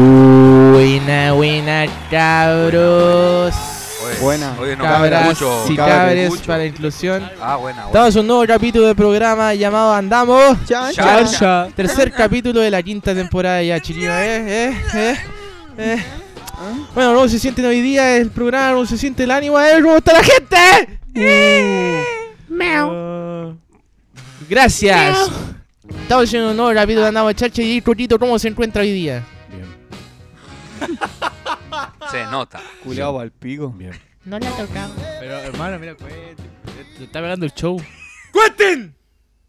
Buena, buena, cabros. Oye, Buena. Oye, no cabras cabra mucho. y cabra cabres mucho. para inclusión. Ah, buena, buena. Estamos en un nuevo capítulo del programa llamado Andamos. Chan, Chan, chan. Chancha. Tercer capítulo de la quinta temporada ya, chiquillos. Eh, eh, eh, eh. Bueno, ¿cómo se sienten hoy día el programa? ¿Cómo se siente el ánimo? Eh, ¿Cómo está la gente? Eh. Ah. Gracias. Estamos en un nuevo capítulo de Andamos Chacha y Coquito, ¿cómo se encuentra hoy día? Bien, Se nota. Culeado pa'l pico. bien. No le ha tocado. Pero hermano, mira, se está pegando el show. ¡Quentin!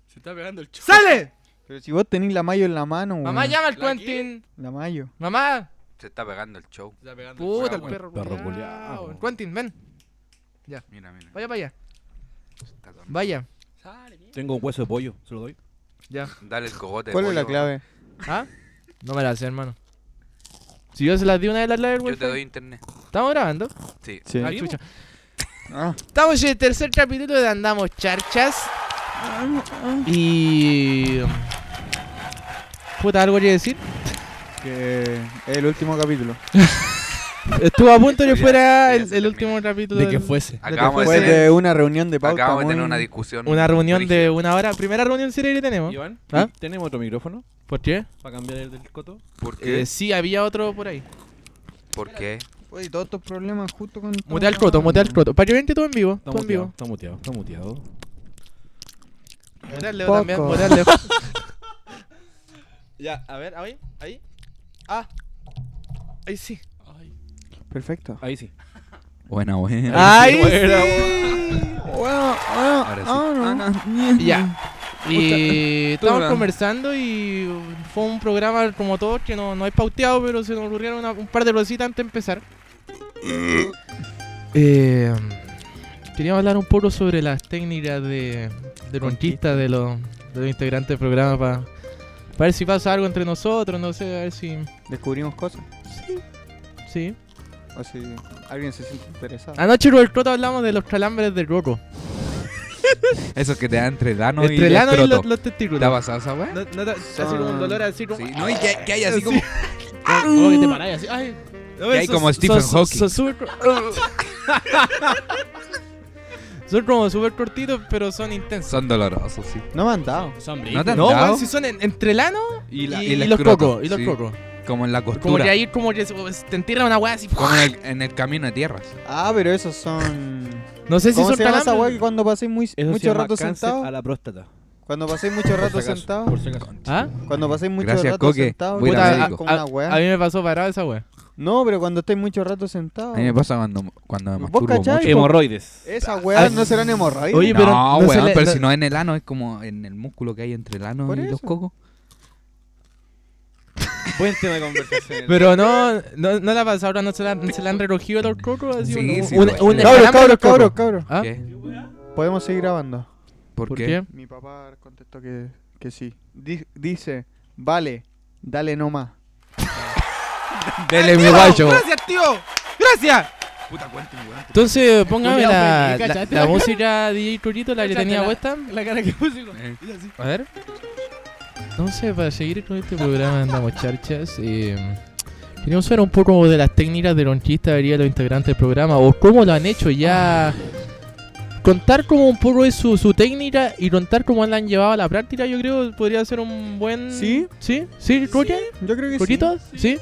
Se está pegando el show. ¡Sale! Pero si vos tenés la mayo en la mano, weón. Mamá, llama al ¿La qué? Quentin. La mayo. Mamá. Se está pegando el show. Se está pegando Puta, el show, perro. Perro culiao. culiao. Quentin, ven. Mira, mira. Vaya, vaya. se está con- Vaya. Tengo un hueso de pollo, se lo doy. Ya. Dale el cogote. de ¿Cuál es la pollo. clave? ¿Ah? No me la sé, hermano. Si yo se las di una de las live, Yo te doy internet. Estamos grabando. Sí. Sí. Ah, chucha. Ah, Estamos en el tercer capítulo de Andamos Charchas. Y. Puta, algo que decir. que es el último capítulo. Estuvo a punto Ya, que fuera ya el, se el termina. último capítulo. De que del- fuese. Acabamos de Después tener, de una reunión de pauta. acabamos de muy- tener una discusión. Una reunión de brígida. una hora. Primera reunión seria que tenemos. Iván, ¿Ah? ¿tenemos otro micrófono ¿Por qué? para cambiar el del coto? ¿Por qué? Eh, sí, había otro por ahí. ¿Por qué? Oye, todos estos problemas justo con... Mutea al croto, mutea al croto. Para que vean que todo en vivo. Todo en muteado, vivo. está muteado, está muteado. Mutea al Leo Poco. también. Mutea al Leo. ya, a ver, ahí. Ahí. Ah. Ahí sí. Perfecto. Ahí sí. Buena, buena. ¡Ay! Bueno, bueno, Ahora sí. ah, no. Ya. Y estamos Puta. conversando y fue un programa como todos que no, no hay pauteado, pero se nos ocurrieron una- un par de cositas antes de empezar. Eh, queríamos hablar un poco sobre las técnicas de, de conquista de los, de los integrantes del programa para ver si pasa algo entre nosotros, no sé, a ver si... Descubrimos cosas. Sí. O si alguien se siente interesado. Anoche con Ah, el Croto hablamos de los calambres del roco. Eso que te da entre lano Entre el ano y los, los testículos. ¿Está basado esa No, no te- así Son- como un dolor así como... Sí. No, y que, que hay así Sí. como... Oh, que te paráis así. Ay. Que hay como Stephen Hawking. Son, súper cor- Son como súper cortitos, pero son intensos. Son dolorosos, sí. No me han Ah, dado. ¿No te han No, dado? weón, si son en- entre el ano y, el y los escroto, cocos. Y los sí. cocos. Como en la Como costura. que ahí como que se- se te entierra una weá así. Como en el, en el camino de tierras. Ah, pero esos son... No sé si ¿Cómo son se llama esa weá calambres. que cuando paséis muy, Eso se mucho llama rato cáncer sentado? a la próstata. Cuando paséis mucho Por rato si acaso, sentado. Por si acaso. ¿Ah? Cuando paséis mucho Gracias, rato Coque. sentado, Voy a y ir al Puta, te a, dan médico. con a- una weá. a mí me pasó parado esa weá. No, pero cuando estáis mucho rato sentado. A mí me pasa cuando, cuando me ¿Vos masturbo cachai? mucho. Hemorroides. Esa weá Ay. no serán hemorroides. Oye, no, pero no se weón, le- pero no- si no es en el ano, es como en el músculo que hay entre el ano Por y los eso. cocos. Buen tema de conversación. Pero no, no, no la ha pasado, ahora no se la, se la han recogido los cocos. Así, Sí, un- sí, un- weón. un Cabros, cabros, escalambre cabros, del coco. cabros, cabros. ¿Ah? ¿Qué? Podemos seguir grabando. ¿Por, ¿Por qué? qué? Mi papá contestó que, que sí. Di- dice, vale, dale nomás. Dele mi ¡Tío! guacho. Gracias, tío. Gracias. Puta, cuéntame, weón. Entonces, póngame Culeado, la, pues, la, cachate. la música DJ Curito, la que Cachate tenía la- puesta. La cara que puse. Eh. A ver. Entonces, para seguir con este programa andamos charchas. Eh, queríamos saber un poco de las técnicas de conquista de los integrantes del programa o cómo lo han hecho ya. Contar como un poco de su, su técnica y contar cómo la han llevado a la práctica, yo creo podría ser un buen. ¿Sí? ¿Sí? ¿Sí, Roque? Yo creo que sí. ¿Poquito? Sí.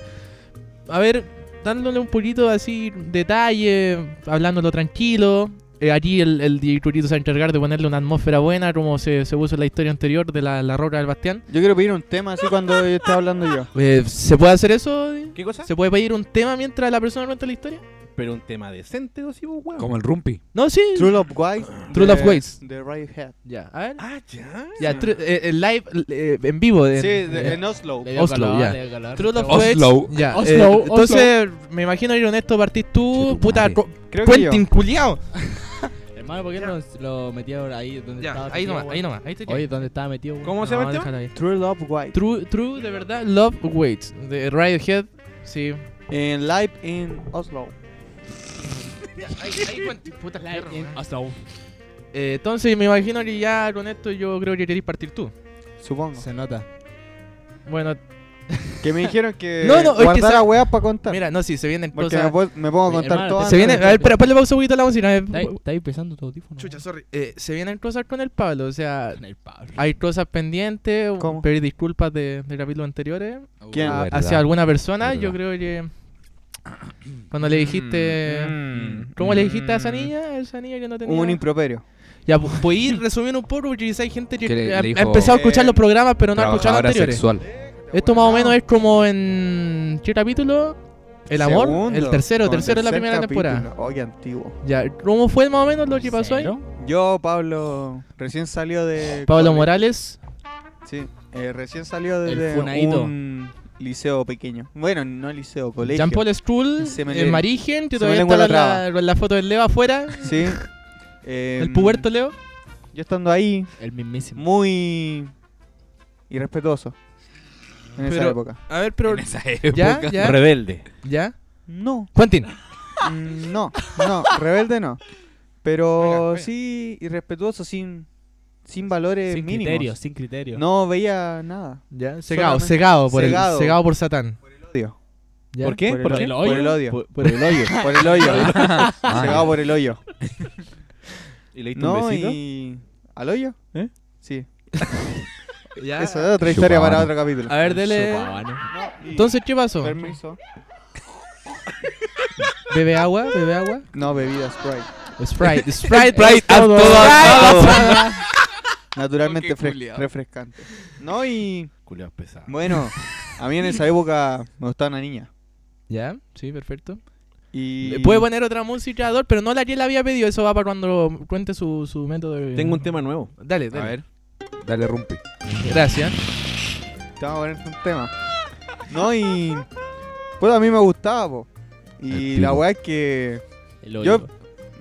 A ver, dándole un poquito así detalle, hablándolo tranquilo. Eh, aquí el, el DJ Curito se va a encargar de ponerle una atmósfera buena, como se, se puso en la historia anterior de la, la roca del Bastián. Yo quiero pedir un tema así cuando yo esté hablando yo. Eh, ¿Se puede hacer eso? ¿Qué cosa? ¿Se puede pedir un tema mientras la persona cuenta la historia? Pero un tema decente, o sí, vos, weón. Como el rumpi. No, sí. True Love Ways. True de- Love Ways. De Radiohead. Ya, a ver. Ah, ya. Ya, tru- eh, el live eh, en vivo. Sí, En, de, eh, en Oslo. dio Oslo, calor, ya. le True Love Oslo. Ways. Ya, eh, Oslo, entonces, me imagino, Ironesto, partís tú. Chetumare. puta, co- Creo que yo. Quentin, culiao. Hermano, ¿por qué no lo metieron ahí donde Ya, estaba? ahí metido, nomás, weón? ahí nomás. Ahí te Oye, ¿dónde estaba metido? weón? ¿Cómo se llama el tema? déjala ahí. True Love White. True, true, de verdad, Love Waits, de Radiohead, sí. En live en Oslo. Like in Oslo. Eh, entonces me imagino que ya con esto yo creo que queréis partir tú. Supongo. Se nota. Bueno, Que me dijeron que No, no, es que guardara sa- weas para contar. Mira, no, sí, se vienen porque cosas. me, puedo- me pongo a Mi contar hermano, todas. puedo- Se viene, a Espérate, ver, espérate. pero después le pausa un poquito la música. eh. Está ahí- Está ahí pesando tu audífono. Chucha, sorry. Eh, se vienen cosas con el Pablo, o sea, En el Pablo. hay cosas pendientes, o ¿Cómo? pedir disculpas de, de capítulos anteriores ¿Quién? a- Ah, hacia alguna persona, Verdad. yo creo que cuando le dijiste... Mm, ¿Cómo le dijiste a esa mm. niña? A esa niña que no tenía... Un improperio. Ya, pu- voy a ir resumiendo un poco porque quizá hay gente que Que le- ha, le ha dijo, empezado a escuchar eh, los programas pero no ha escuchado los Trabajadora anteriores. sexual. Esto más o menos es como en... ¿Qué capítulo? El amor. Segundo, el tercero, con tercero es la tercer primera capítulo. temporada. Oh, qué antiguo. Ya, ¿cómo fue más o menos lo que pasó ahí? ¿Cero? Yo, Pablo, recién salió de. Pablo cole- Morales. Sí, eh, recién salió El de funaíto. un liceo pequeño. Bueno, no liceo, colegio. Jean Paul Strull, Se me eh, lee- Marigen, que se todavía me lengua está con la la, con la foto del Leo afuera, Sí. eh, el puberto Leo. Yo estando ahí, El mismísimo. muy irrespetuoso en esa Pero- época. A ver, pero En esa ya, época. ya, Rebelde. ya. No, Quentin, mm, no, no, rebelde no. Pero Venga, venga. sí irrespetuoso, sin, sin valores Sin mínimos. criterio, sin criterio. No veía nada. ya, cegado, Solamente- cegado por el Cegado. cegado por Satán. Odio. Ya. ¿Por qué? Por el ¿Por ¿Por qué? el Por el hoyo? odio. Por, por el hoyo. Por el hoyo. Cegado Ah, por el hoyo. ¿Y le diste un No, besito? y. ¿Al hoyo? ¿Eh? Sí. Ah. Ya. Esa es otra historia Chupano. para otro capítulo. A ver, dele. Chupano. Entonces, ¿qué pasó? Permiso. Bebe agua, bebe agua. No, bebida Sprite. Sprite, Sprite, Sprite a todo, Sprite. Naturalmente Ok, fres- culiao. refrescante. No, y. Culeados pesados. Bueno, a mí en esa época me gustaba una niña. Ya, sí, perfecto. Y. Eh, Puede poner otra música, Adol, pero no la que él había pedido. Eso va para cuando cuente su, su método. de- Tengo un tema nuevo. Dale, A dale. ver, dale rumpi. Gracias. Te vamos a poner un tema. No, y. Pues a mí me gustaba, po. Y El la pico. weá es que. El Yo- hoyo.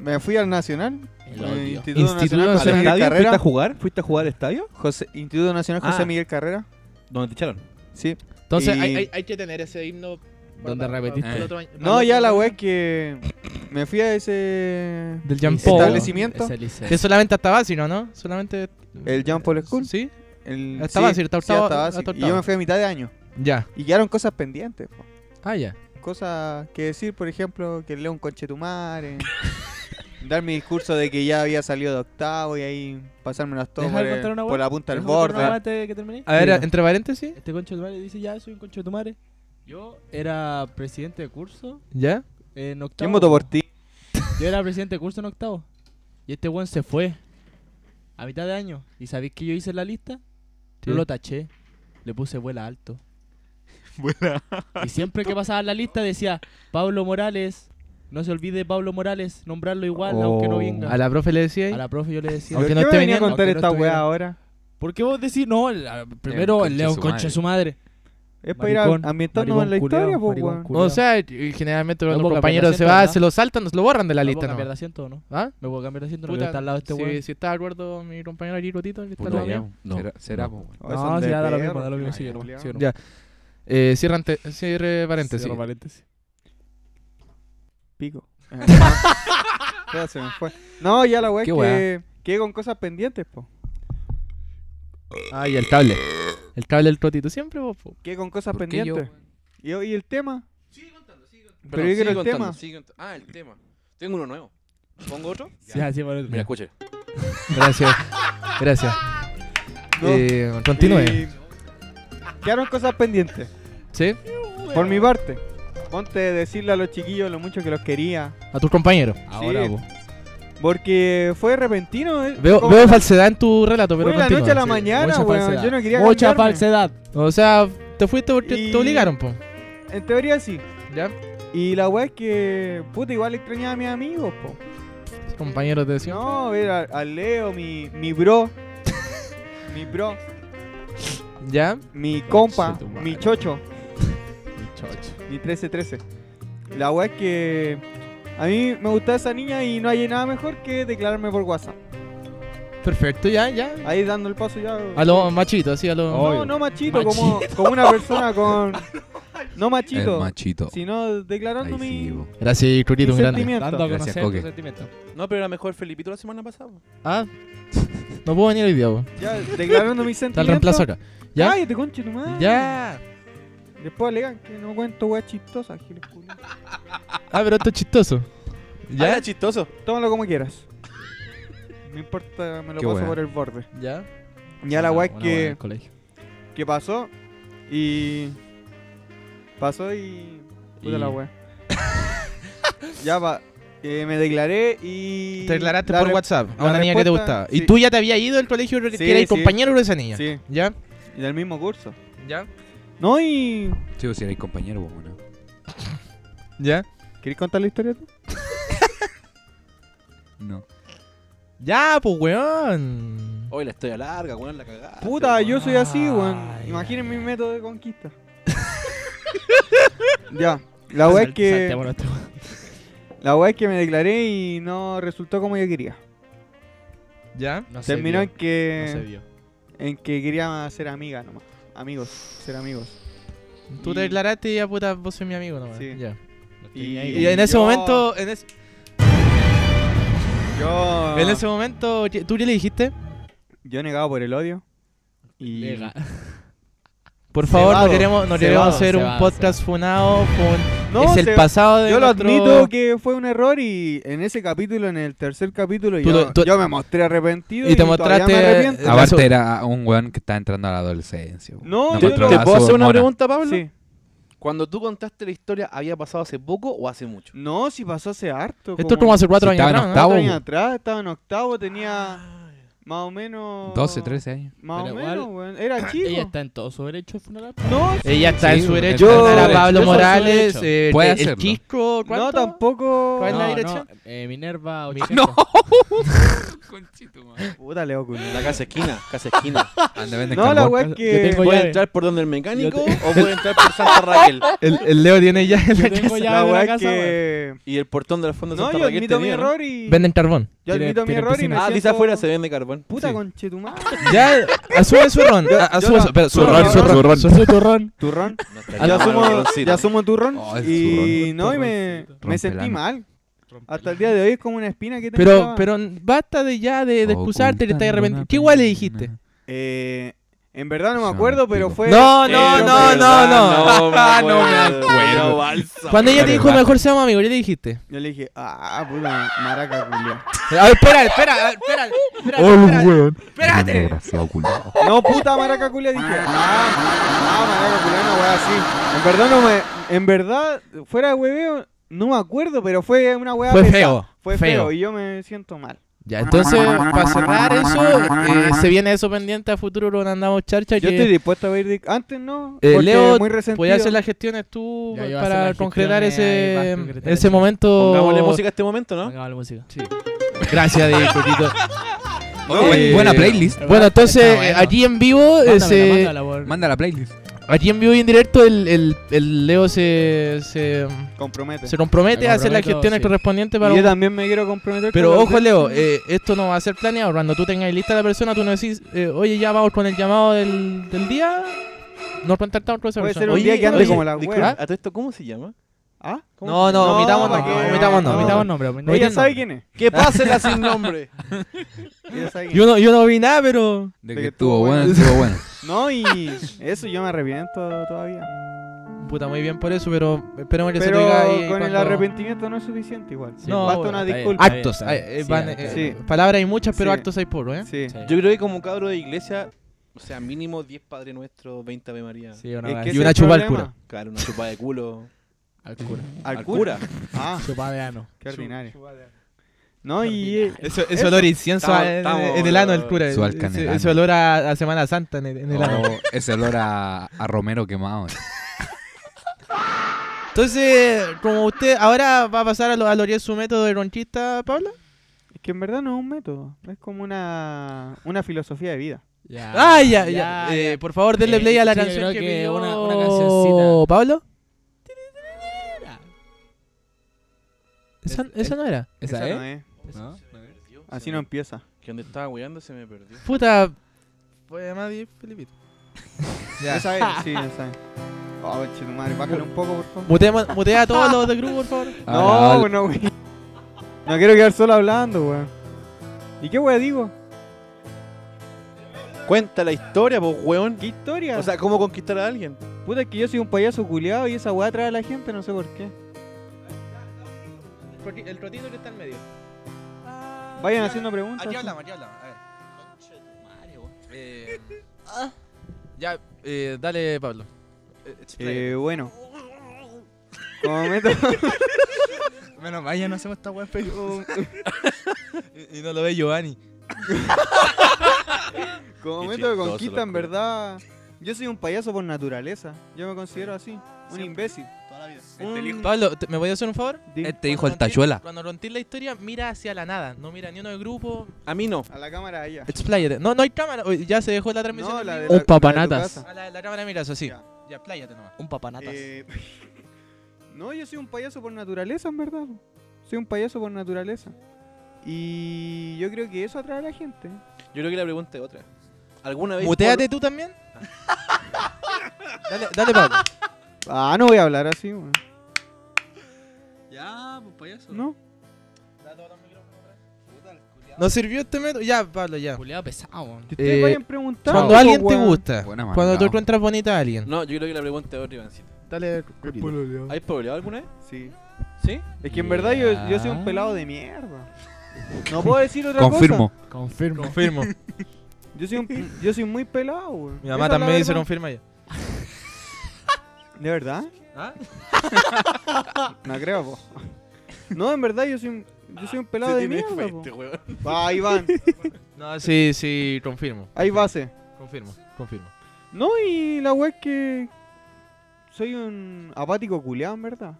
Me fui al Nacional. El al odio. Instituto, Instituto Nacional José Nacional. Miguel estadio? ¿Fuiste a Carrera. jugar? ¿Fuiste a jugar al estadio? José- Instituto Nacional José Ah. Miguel Carrera. ¿Dónde te echaron? Sí. Entonces, Y- hay, hay- hay que tener ese himno. Donde repetiste. para el otro año. No, ya la weá es que. Me fui a ese. Del Jean Ese- Paul. Establecimiento. ese liceo. Es solamente hasta básico, ¿no? Solamente. El Jean Paul School. Sí. El, Hasta básico, hasta sí, octavo- hasta básico. hasta Y octavo. yo me fui a mitad de año. Ya. Y quedaron cosas pendientes, po. Ah, ya. cosas que decir, por ejemplo, que leo un conchetumare. dar mi discurso de que ya había salido de octavo y ahí pasármelas todas ¿Deja por, de el- contar una por hueá? la punta del ¿Dejo contar una borde. parte Este que terminé? A ver, Diga. entre paréntesis. Este concho de tu madre dice, ya soy un concho de tu madre. Yo era presidente de curso Ya. en octavo. ¿Quién votó por ti? Yo era presidente de curso en octavo. Y este weón se fue. A mitad de año. ¿Y sabéis que yo hice en la lista? Sí. Yo lo taché. Le puse vuela alto. Vuela. Y siempre que pasaba la lista decía, Pablo Morales. No se olvide Pablo Morales, nombrarlo igual aunque no Oh. venga. A la profe le decía. ahí. A la profe yo le decía. Aunque ¿Por no qué esté me venía a viniendo, contar aunque no esta estuviera. weá ahora? ¿Por qué vos decís, no, la- primero conche el León su concha madre. su madre? Es para ir a- Maricón, ambientándonos en la maricón historia, culiao, po, maricón weón. culiao. o sea, y generalmente No cuando un puedo compañero cambiar se la va, sienta, se lo saltan, nos lo borran de la ¿Me lista, puedo cambiar de ¿no? asiento o no? ¿Ah, ¿Me puedo cambiar de asiento? ¿No Puta, quiero estar al lado de este si, weón? si está de acuerdo mi compañero aquí, Rotito, que está al Puta, lado ya. mío. No. Será, será, No. po, weón. Oh, No, son sí, de da lo perro, mismo, da lo culiao. mismo, sigue nomás, sigue nomás. Ya. Eh, cierra, ante- cierre paréntesis. Cierro paréntesis. Pico. Todo se me fue. No, ya la weá Qué es que quedé con cosas pendientes, po. Ah, y el cable. El cable del Rotito, siempre vos, po. Quedé con cosas ¿Por qué yo, pendientes. ¿Y, y el tema? Perdón, yo quiero sigue el contando, tema. sigue cont- ah, el tema. Tengo uno nuevo. ¿Pongo otro? Sí, así, bueno, Mira, escuche. Gracias. Gracias. No. Eh, continúe. Y Quedaron cosas pendientes. ¿Sí? Por mi parte, ponte a decirle a los chiquillos lo mucho que los quería. A tus compañeros. Ah, Ahora, Sí. po. Porque fue repentino. eh, Veo, como veo la- falsedad en tu relato, pero Fue la continúa. noche a la sí, mañana, mucha weón. falsedad. Yo no quería Mucha cambiarme. falsedad. O sea, te fuiste porque Y- te obligaron, po. En teoría sí. ¿Ya? Y la weá es que, puta, igual extrañaba a mis amigos, po. Compañeros de siempre. No, ver a, a Leo, mi, mi bro. mi bro. ¿Ya? Mi compa. Conche tu madre. Mi chocho. Chocho. Mi 13-13. La weá es que a mí me gustaba esa niña y no hay nada mejor que declararme por WhatsApp. Perfecto, ya, ya. Ahí dando el paso ya. A los machitos, así a los. No, no machito, Como, como una persona con. No El machito, machito. sino declarando Ahí sí, mi, po. Gracias, Curito, mi un grande. sentimiento. Dando a Gracias, conocer Coque. tu sentimiento. No, pero era mejor Felipito la semana pasada. Ah, no puedo venir hoy día, po. Ya, declarando mi Está el sentimiento. reemplazo acá. ¿Ya? Cállate, conche tu madre. Ya. Después alegan que no cuento weas chistosas, giles culiados. Ah, pero esto es chistoso. ¿Ya? Ah, ¿Ya? Era chistoso. Tómalo como quieras. No importa, me lo Qué paso wea. por el borde. ¿Ya? Ah, Ya la wea es Una que. del colegio. que pasó y pasó y puta Y- la wea. ya va, eh, me declaré y Te declaraste la por re- WhatsApp a la una niña que te respuesta- gustaba. sí. Y tú ya te habías ido del colegio que Sí, eras sí. compañero de esa niña. Sí, ¿Ya? y del mismo curso. ¿Ya? No y Sí, vos si eres compañero, vos, bueno. ¿Ya? ¿Querés contar la historia tú? No. Ya, pues weón. Hoy la estoy larga, weón, la cagada. Puta, yo soy así, weón. Ah, Ay, Imaginen ay, mi ay. método de conquista. ya, la wea es Sal- que saltémonos este- la wea es que me declaré y no resultó como yo quería. ¿Ya? No se Terminó en vio, que no se vio. en que quería ser amiga nomás, amigos, ser amigos. Tú te Y- declaraste y ya puta, vos sos mi amigo nomás. Sí. Ya. Y, Y en ese yo- momento, en, es- Yo. en ese momento, ¿qué- ¿tú qué le dijiste? Yo negado por el odio. Y. Lega. Por favor, Cebado, no queremos, no queremos cebado, hacer un cebado, podcast funado. fun- No, es el se- pasado de yo lo nuestro- admito que fue un error y en ese capítulo, en el tercer capítulo, Tú yo, lo- tú- yo me mostré arrepentido. Y Y, te todavía mostraste- Me arrepiento. La su- Aparte era un weón que estaba entrando a la adolescencia. weón. No, yo encontraba no- ¿Te a puedo su hacer una hormona. pregunta, Pablo? Sí. Cuando tú contaste la historia, ¿había pasado hace poco o hace mucho? No, si pasó hace harto. Esto es como hace cuatro Si años estaba en atrás, ¿no? octavo. Estaba octavo. años atrás, estaba en octavo, tenía más o menos. 12, 13 años. Más Ah, Pero o igual- menos, weón. Era chico. Ella está en todo su derecho de funeral. No, sí. Ella está Sí, en su güey. derecho. Yo- era Pablo yo soy su Morales, derecho. eh, Puede el hacerlo. Quisco, no, ¿cuánto? tampoco. ¿Cuál es la No, no, dirección? eh, Minerva No. 800. Puta, Leo, culiao. La casa esquina, casa esquina. Anda, venden No, la carbón. weá es Yo que. tengo ¿Puede llave. entrar por donde el mecánico o puede entrar por Santa Raquel? El, el Leo tiene ya en Yo la tengo casa. llave de weá la es casa, weón. que. Y el portón del fondo de No, Santa yo Raquel admito mi tenía, ¿no? error y. Venden carbón. Yo Tiene- admito mi tiene error y me piscina. Ah, dice siento- afuera se vende carbón. Puta Sí. conchetumada. Ya, asume su ron. a- Asume yo su, no- pero su no, ron, no, su no. ron. Yo soy turrón. Turrón. Ah, No Ah, Ya asumo, ya asumo turrón. Oh, el y no, y me, Turroncito. me sentí Rompelano. mal. Hasta el día de hoy es como una espina que tengo. Pero, acá. pero basta de ya de, de excusarte que estás arrepentido. Ocultando ¿Qué igual le una dijiste? pena. Eh, en verdad no me Son acuerdo, pero pico. fue. No, eh, no, pero- no, no, no. Ah, no me acuerdo. Cuando ella te dijo Verdad. mejor seamos amigos, ¿qué le dijiste? Yo le dije, ah, puta, maraca, culia. A ver, espera, espera, espera, espera. Grande, desgraciado, culiao. No, puta, maraca, culia, dije. Ah, ah, maraca, culia, una wea así. En verdad no me. En verdad, fuera de hueveo, no me acuerdo, pero fue una wea. Fue pesada. feo, Fue feo. feo. y yo me siento mal. Ya, entonces, para cerrar eso, eh, se viene eso pendiente a futuro donde andamos charcha. Yo que- estoy dispuesto a ir. de- Antes no. Eh, porque Leo, muy Voy a resentido. hacer las gestiones tú Ya, yo voy a hacer para las concretar gestiones, ahí ese, vas a concretar ese eso. momento. Pongámosle música a este momento, ¿no? Venga, vale, música. Gracias, Diego, Coquito. Oh, buen- Eh, Buena playlist. Bueno, entonces, eh, Está bueno. allí en vivo, eh, Mándamela, se- mándala, por- Manda la playlist. allí en vivo y en directo, el, el- el Leo se, se, Compromete. se compromete Me a hacer las comprometo, gestiones sí. correspondientes para Y yo un- también me quiero comprometer. Pero con los ojo, de- Leo, eh, esto no va a ser planeado. Cuando tú tengas lista la persona, tú no decís, eh, oye, ya vamos con el llamado del, del día. Nos contactamos con esa Puede persona. ser un día que ande como la disculpa, wea. ¿A todo esto cómo se llama? ¿Ah? No, no, No, omitamos no, ¿para qué? omitamos no, omitamos No. no. Omitamos nombre, omitamos Oye, Ella nombre. sabe quién es. Que pásela sin nombre. Ella sabe quién Yo no, yo no vi nada, pero. De que que estuvo estuvo bueno, bueno. estuvo bueno. es. No, y eso yo me arrepiento todavía. Puta, muy bien por eso, pero esperemos que se Pero lo diga ahí. con cuando- el arrepentimiento no es suficiente igual. Sí, No, Basta bueno, una está bien. disculpa. Actos. Está bien, está eh, bien. van, Sí, eh, está eh, bien. Palabras hay muchas, pero Sí. actos hay puro, ¿eh? Sí. Sí. Yo creo que como cabro de iglesia, o sea, mínimo 10 Padre Nuestro, 20 Ave María. Sí, una Es vez. que Y ese una es el chupa al problema. Claro, una chupa de culo. Al cura. Al Al cura. cura. Ah, Chupa de ano. qué ordinario. No, y. eh, Eso, ese olor a incienso Estamos- en, estamos- en el ano del cura. Su ese, alca en el ese ano. olor a, a Semana Santa en el, en el ano. Oh, ese olor a, a Romero quemado. Entonces, como usted ahora va a pasar a lo, a lo que es su método de conquista, Pablo. Es que en verdad no es un método. Es como una, una filosofía de vida. Ya. Ah, ya, ya. Eh, por favor, denle Eh, play a la sí, yo canción creo que, que pidió una- una cancioncita. Pablo. Ya. Esa, esa no era. ¿Esa no es? es. ¿No? Así no empieza. Que donde estaba weando se me perdió. Puta. Fue más de Felipito. Ya. Esa es, sí, esa es. Oh, tu madre, bájale un poco, por favor. Mutea, mutea a todos los del grupo, por favor. Ah, Ahora, No, no, güey. No quiero quedar solo hablando, weón. ¿Y qué weón digo? Cuenta la historia, pues, weón. ¿Qué historia? O sea, ¿cómo conquistar a alguien? Puta, es que yo soy un payaso culiado y esa weá atrae a la gente, no sé por qué. El trotito que está en medio. Vayan haciendo preguntas. Aquí hablamos, aquí hablamos. A ver. Eh, ya, eh, dale, Pablo. Eh, bueno. Como meto... Menos mal, ya no hacemos esta web y, y no lo ve Giovanni. Como método Qué de chistoso, conquista, en loco. verdad, yo soy un payaso por naturaleza. Yo me considero así, un imbécil. Pablo, ¿te- ¿me podías hacer un favor? Di- Este hijo el Cuando rompí- tachuela. Cuando rompí la historia, mira hacia la nada. No mira ni uno del grupo. A mí no. A la cámara allá. Expláyate. No, no hay cámara. Oye, Ya se dejó la transmisión. No, en la de vivo. la, Un la de tu papanatas. casa. Ah, la, la cámara mira eso, sí. Ya. Ya, expláyate nomás. Un papanatas. Eh, no, yo soy un payaso por naturaleza, en verdad. po. Soy un payaso por naturaleza. Y yo creo que eso atrae a la gente. Yo creo que la pregunta es otra. ¿Alguna vez Muteate tú también. dale, dale, Pablo. Ah, no voy a hablar así, weón. Ya, pues payaso. ¿no? Nos sirvió este método. Ya, Pablo, ya. Culeado pesado. weón. Que ustedes Eh, vayan preguntando. Cuando po, alguien te weón. gusta, Eh, Buena cuando mandada. tú encuentras bonita a alguien. No, yo creo que la pregunta es otra, Ivancito. Dale, ¿Has pololeado alguna vez? Sí. ¿Sí? Es que en verdad yo, yo soy un Ya. Ah. pelado de mierda. No puedo decir otra Confirmo. cosa. Confirmo. Confirmo. Yo soy, un, yo soy muy pelado, weón. Mi mamá Esa es la también dice verdad. confirma ya. ¿De verdad? ¿Ah? ¿Ah? No creo, po. No, en verdad yo soy un, yo soy un pelado Se de tiene fe mierda, po. este weón. Va, ahí van. No, sí, sí, confirmo. Hay base. Confirmo, confirmo. No, y la wea es que soy un apático culiado, en verdad.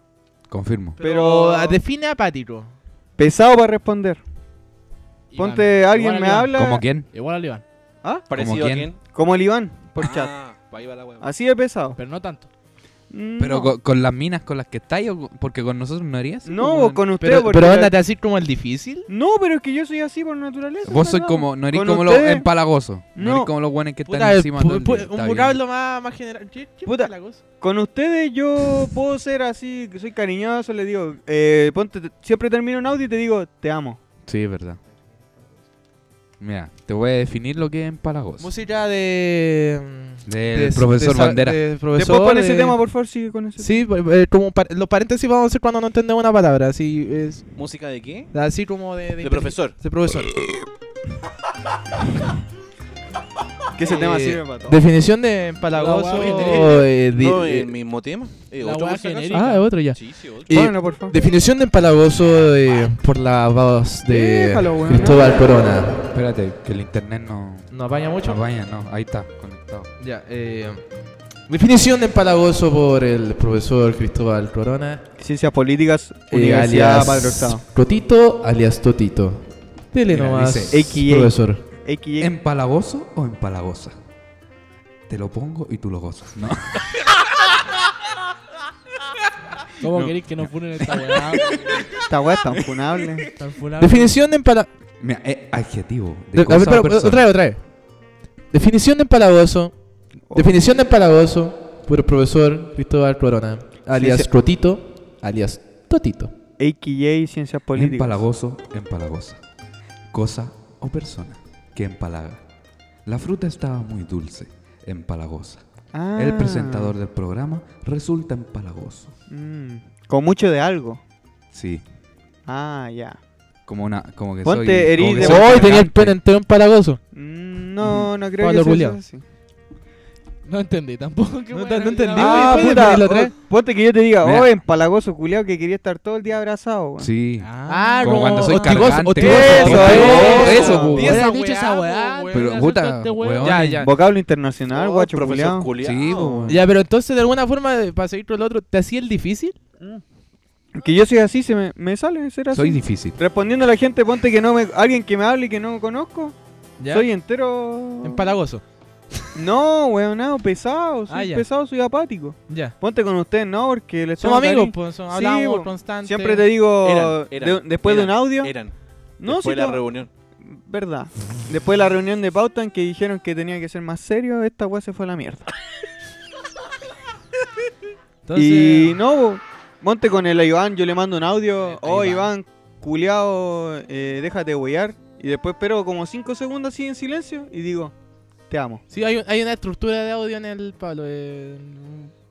Confirmo. Pero, Pero- define apático. Pesado para responder. Iván. Ponte, alguien Igual al me Iván. habla. ¿Cómo quién? Igual al Iván. ¿Ah? ¿Parecido a quién? quién? Como el Iván, por Ah, chat. pa' ahí va la weón. Así de pesado. Pero no tanto. Mm, Pero no. con, con las minas con las que estáis, o con- porque con nosotros no harías. No, weón. con usted, Pero, porque- pero ándate así como el difícil. No, pero es que yo soy así por naturaleza. Vos sois ¿verdad? como, no eres Con como los ustedes- empalagosos. No, No. eres como los buenos que están Puta, encima pu- todo el pu- día. Está un bien. vocablo más, más general. ¿Qué, qué Puta. fue la cosa? Con ustedes yo puedo ser así, que soy cariñoso, les digo, eh, ponte, te- siempre termino un audio y te digo, te amo. Sí, es verdad. Mira, te voy a definir lo que es empalagoso. Música de. Del profesor Sa- Bandera. del profesor, Después con ese eh, tema, por favor, sigue con ese Sí, eh, como par- los paréntesis vamos a hacer cuando no entendemos una palabra. Así, es, ¿Música de qué? así como de. De profesor. De profesor. Que ese tema Eh, sirve para todo. Definición de La empalagoso. guagua eh, di- No, eh, el mismo tema. Eh, La otro weá por si acaso. genérica. ah, otro ya. Sí, sí, otro. Eh, Ponlo, por favor. definición de empalagoso eh, por la voz de Déjalo, weón. Cristóbal Corona. Espérate, que el internet no. ¿No apaña mucho? No vaya, no. Ahí está, conectado. Ya, eh, definición de empalagoso por el profesor Cristóbal Corona. Ciencias políticas, eh, Universidad alias Padre Hurtado. Totito, alias Totito. Dele Mira, nomás, dice, XY. profesor. XY. Em. ¿Empalagoso o empalagosa? Te lo pongo y tú lo gozas. No. ¿Cómo queréis que nos funen esta weá? Esta weá es tan funable. Tan funable. Definición de empalagoso. Mira, es adjetivo. De A cosa ver, o pero, persona. otra vez, otra vez. Definición de empalagoso. Oh. Definición de empalagoso por el profesor Cristóbal Corona. Alias sí. Totito, alias Totito. XY, ciencias políticas. Empalagoso, empalagosa. Cosa o persona que empalaga. La fruta estaba muy dulce, empalagosa. Ah. El presentador del programa resulta empalagoso. Mm, Con mucho de algo. Sí, Ah, ya. como una, como que Ponte, soy. como herís que de- soy Hoy tenía el elegante. pene entero empalagoso. Mm, No, no creo Pablo que sea culiao. así. No entendí tampoco. qué No weá te- no era entendí, grabado. Ah, Ah, puede puta, venir la otra oh, vez. ponte que yo te diga, Mira. oh, empalagoso culiao que quería estar todo el día abrazado, weón. Sí. Ah, como cuando soy hostigoso, cargante. hostigoso, Eso, hostigoso. eso, eso, Hubiera pu. Esa dicho weá, esa po, weá. weón. Pero, hubiera puta, soltado este weón. weón. Ya, ya. Vocablo internacional, Oh, guacho culiao. profesor culiao. Sí, po, Ya, pero entonces de alguna forma, de- para seguir con el otro, ¿te hacía el difícil? Que yo soy así, se me, me sale ser así. Soy difícil. Respondiendo a la gente, ponte que no me. Alguien que me hable y que no conozco. Ya. Soy entero. Empalagoso. No, weón, no, pesado. Soy Ah, ya. pesado, soy apático. Ya. Ponte con usted, no, porque le Somos tengo amigos, cariño. pues, son- Sí, hablamos po. constante. Siempre te digo, Eran, eran, Oh, de- después de eran, un audio. Eran. no, Después sí, de la no, reunión. verdad. Después de la reunión de pauta en que dijeron que tenía que ser más serio, esta weá se fue a la mierda. Entonces, Y no, bo, monte con el Iván, yo le mando un audio. Oh, Iván, culiao, eh, déjate huear. Y después espero como 5 segundos así en silencio y digo, te amo. Sí, hay, un- hay una estructura de audio en el Pablo. eh,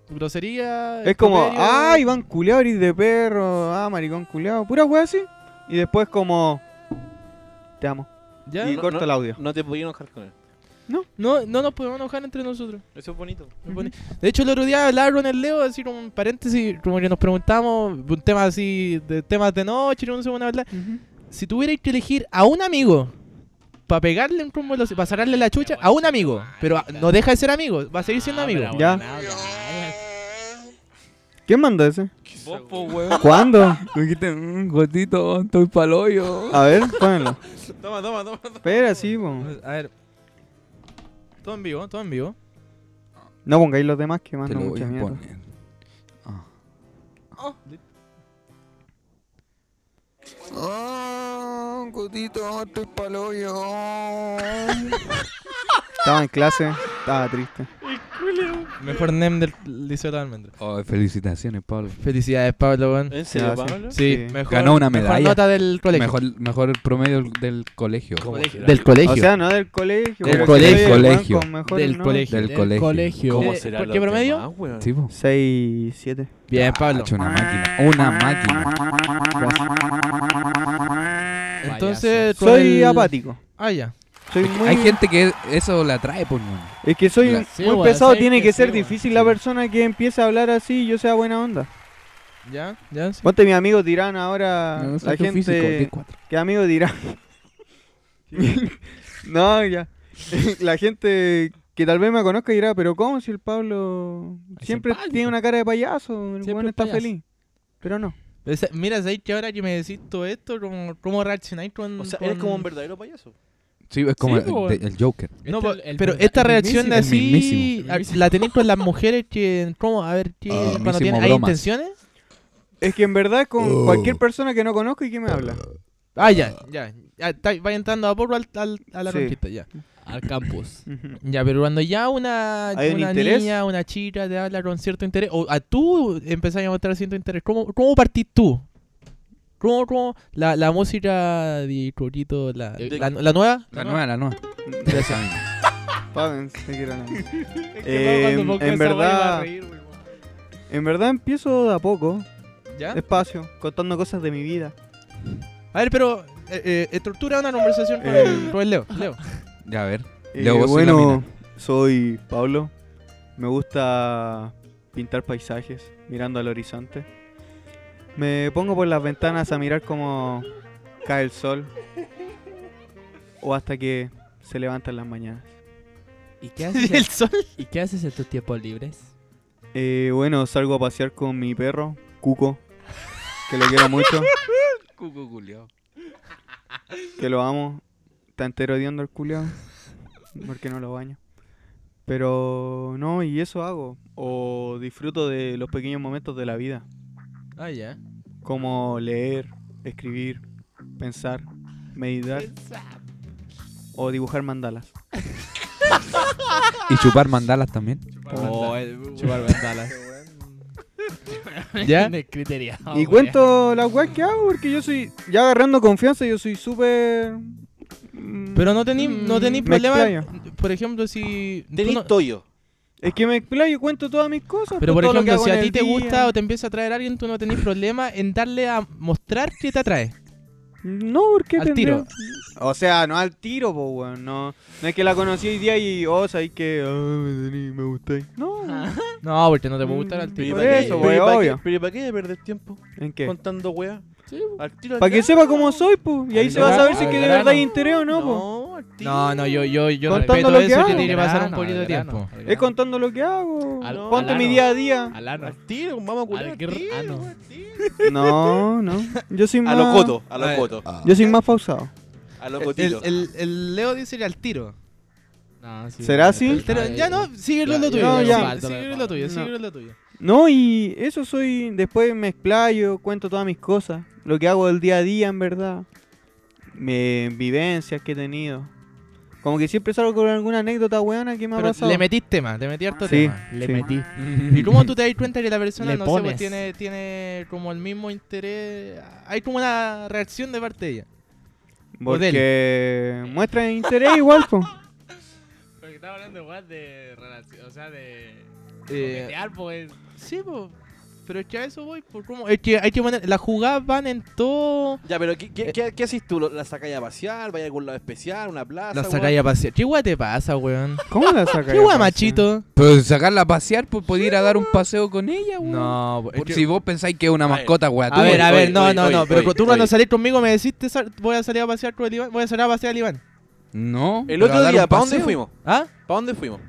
grosería. Es como, improperio. ah, Iván culeado, eres de perro, ah, maricón culeado, pura wea así. Y después como, te amo. ¿Ya? Y No, corto el audio. No te podías enojar con él. No, no nos podemos enojar entre nosotros. Eso es bonito. Me pone- De hecho, el otro día hablaba con el Leo, así como un paréntesis, como que nos preguntamos un tema así, de temas de noche, no sé, una hablar. Si tuvierais que elegir a un amigo para pegarle un rumbo, para sacarle la chucha, a un amigo, pero a- no deja de ser amigo, va a seguir siendo amigo. Ya. ¿Quién mandó ese? Vos, po, weón. ¿Cuándo? Dijiste, mmm, gotito, estoy paloyo. A ver, ponelo. Toma, toma, toma. toma. Espera, sí, po. A ver. Todo en vivo, todo en vivo. No pongáis los demás que Te mandan lo voy mucha a mierda. poner. Ah. Oh. Ah, gotito, estoy paloyo. Estaba en clase, estaba triste. Mejor NEM del Liceo de la Almendra. Oh, felicitaciones, Pablo. Felicidades, Pablo, weón. ¿En serio, Ya, sí. Pablo? Sí, Eh, Sí. mejor, Ganó una mejor medalla. nota del colegio. Mejor, mejor el promedio del- del colegio. Del colegio. O sea, no del colegio. Del porque colegio. soy el weón Colegio. con mejores del notas. colegio. Del colegio. colegio. ¿Cómo? Eh, ¿por los qué promedio? demás, weón? Sí, po. Seis, siete. Bien, Ah, Pablo. hecho una máquina. Una máquina. Entonces, con Soy el- apático. Ah, ya. Soy muy... Hay gente que eso la trae, por mano. Es que soy La- un- Sí, muy weón, pesado, sabes tiene que que sí, ser weón. difícil la persona que empieza a hablar así y yo sea buena onda. Ya, ya, sí. Ponte mis amigos dirán ahora, Ah, la gente que amigos dirán. no, ya. la gente que tal vez me conozca dirá, pero ¿cómo si el Pablo siempre simpático. tiene una cara de payaso? El Siempre weón es está payaso. feliz. Pero no. Esa- mira, ¿sabes que ahora que me decís todo esto, cómo, cómo reaccionáis con... O sea, con- eres como un verdadero payaso. Sí, es como Sí, po, el, de- el Joker. No, Este po- el- el pero verdad- esta el reacción de mismísimo, el así mismísimo. a- la tenéis con las mujeres que... ¿Cómo? A ver, que Ah, cuando mismísimo tienen... ¿Hay bromas. intenciones? Es que en verdad es con cualquier persona que no conozco y que me habla. Ah, ya, ya. ya está- va entrando a poco al, al- a la Sí. conquista, ya. Al campus. Ujú. Ya, pero cuando ya una, ¿Hay un una interés? niña, una chica te habla con cierto interés, o a tú empezás a mostrar cierto interés, ¿cómo, cómo partís tú? ¿Cómo, cómo la, la música de Corito, la, De- la, la nueva? La nueva, la nueva. Esa misma. Pablo, se quiere nada. Pablo, cuando Em, pongo en esa weá, verdad, en verdad empiezo de a poco, ¿Ya? despacio, contando cosas de mi vida. A ver, pero eh, eh, estructura una conversación con, Eh. con el Leo. Leo. Ya, a ver. Eh, Leo, vos soy la bueno, mina. soy Pablo. Me gusta pintar paisajes mirando al horizonte. Me pongo por las ventanas a mirar cómo cae el sol o hasta que se levantan las mañanas. ¿Y qué el haces, sol. ¿Y qué haces en tus tiempos libres? Eh, bueno, salgo a pasear con mi perro, Cuco, que lo quiero mucho, Cucu culiao. que lo amo. Está entero hediondo el culiao, porque no lo baño. Pero no, y eso hago. O disfruto de los pequeños momentos de la vida. Ah, ya. como leer, escribir, pensar, meditar o dibujar mandalas. Y chupar mandalas también. Chupar ventanas. ¿Ya? criterio. Ah, y cuento las weas que hago porque yo soy, ya agarrando confianza, yo soy súper... mm, Pero no tení, no tení Mm, me problema, explayo. por ejemplo, si... tú Tenís no- toyo. Es que me explayo, cuento todas mis cosas. pues, Pero por todo lo que ejemplo, hago si en a ti el te día. gusta o te empieza a atraer alguien, tú no tenés problema en darle a mostrar que te atrae. No, porque Al tiro. O sea, no al tiro, po, weón. No, no es que la conocí hoy día y, oh, sabéis que... ah, me tenés- me gustáis. No, No, porque no te puede gustar al Por Pero ¿y tiro. Mm. pa' qué? eso, ¿Pero y weón, pa' qué? obvio. ¿Pero y para qué perder tiempo ¿en qué? contando weá? Sí, po. Al tiro al Para que grano, sepa cómo weón. soy, po. Y ahí Al se va a grano, saber si al es que de grano. verdad hay interés o no, po. No, al tiro. No, no, yo, yo, yo Contando respeto lo que eso, que hago. tiene que pasar un Grano, poquito de grano. tiempo. Es contando lo que hago. Al- Ponte mi alano. día a día. Al ano. Al tiro, vamos a culiar. Al Al gr- tiro, ah, no. weón, al tiro. No, no. Yo soy A más. lo coto, a A lo ver. coto. Yo soy más pausado. A lo El, cotito. el- el Leo dice al tiro. No, sí, ¿Será no, así? pero- Pero ya no, sigue lo, Ya, lo ya, tuyo. no, sí, ya. Sigue lo tuyo, No. sigue lo tuyo. No, y eso soy. Después me explayo, cuento todas mis cosas. Lo que hago del día a día, en verdad. Me, vivencias que he tenido. Como que siempre salgo con alguna anécdota buena que me ha Pero pasado. le metís tema, le metí harto Sí. tema. Le Sí. metí. ¿Y cómo tú te das cuenta que la persona, Le no sé, pues, pones. tiene, tiene como el mismo interés? Hay como una reacción de parte de ella. Porque muestra interés igual, po. Porque estaba hablando igual de relación, o sea, de... eh, Pelear, pues. sí, po. Pero es que a eso voy. Por cómo, es que hay que poner. Las jugadas van en todo. Ya, pero ¿qué, qué, qué, qué haces tú? ¿Lo- ¿La sacáis a pasear? ¿Vaya a algún lado especial? ¿Una plaza? Las weón? sacáis a pasear. ¿Qué guay te pasa, weón? ¿Cómo la sacas? ¿Qué guay machito? Pero sacarla a pasear, pues podía ir a dar un paseo con ella, weón. No, po, es Por que- si vos pensáis que es una A ver, mascota, weón. A ver, a oye, ver, no, oye, no, oye, no. Pero oye, tú cuando oye. salís conmigo me decís, te sal- voy a salir a pasear con el Iván. Voy a salir a pasear al Iván. No. El pero a otro dar día, un ¿para dónde paseo. fuimos? ¿Ah? ¿Para dónde fuimos?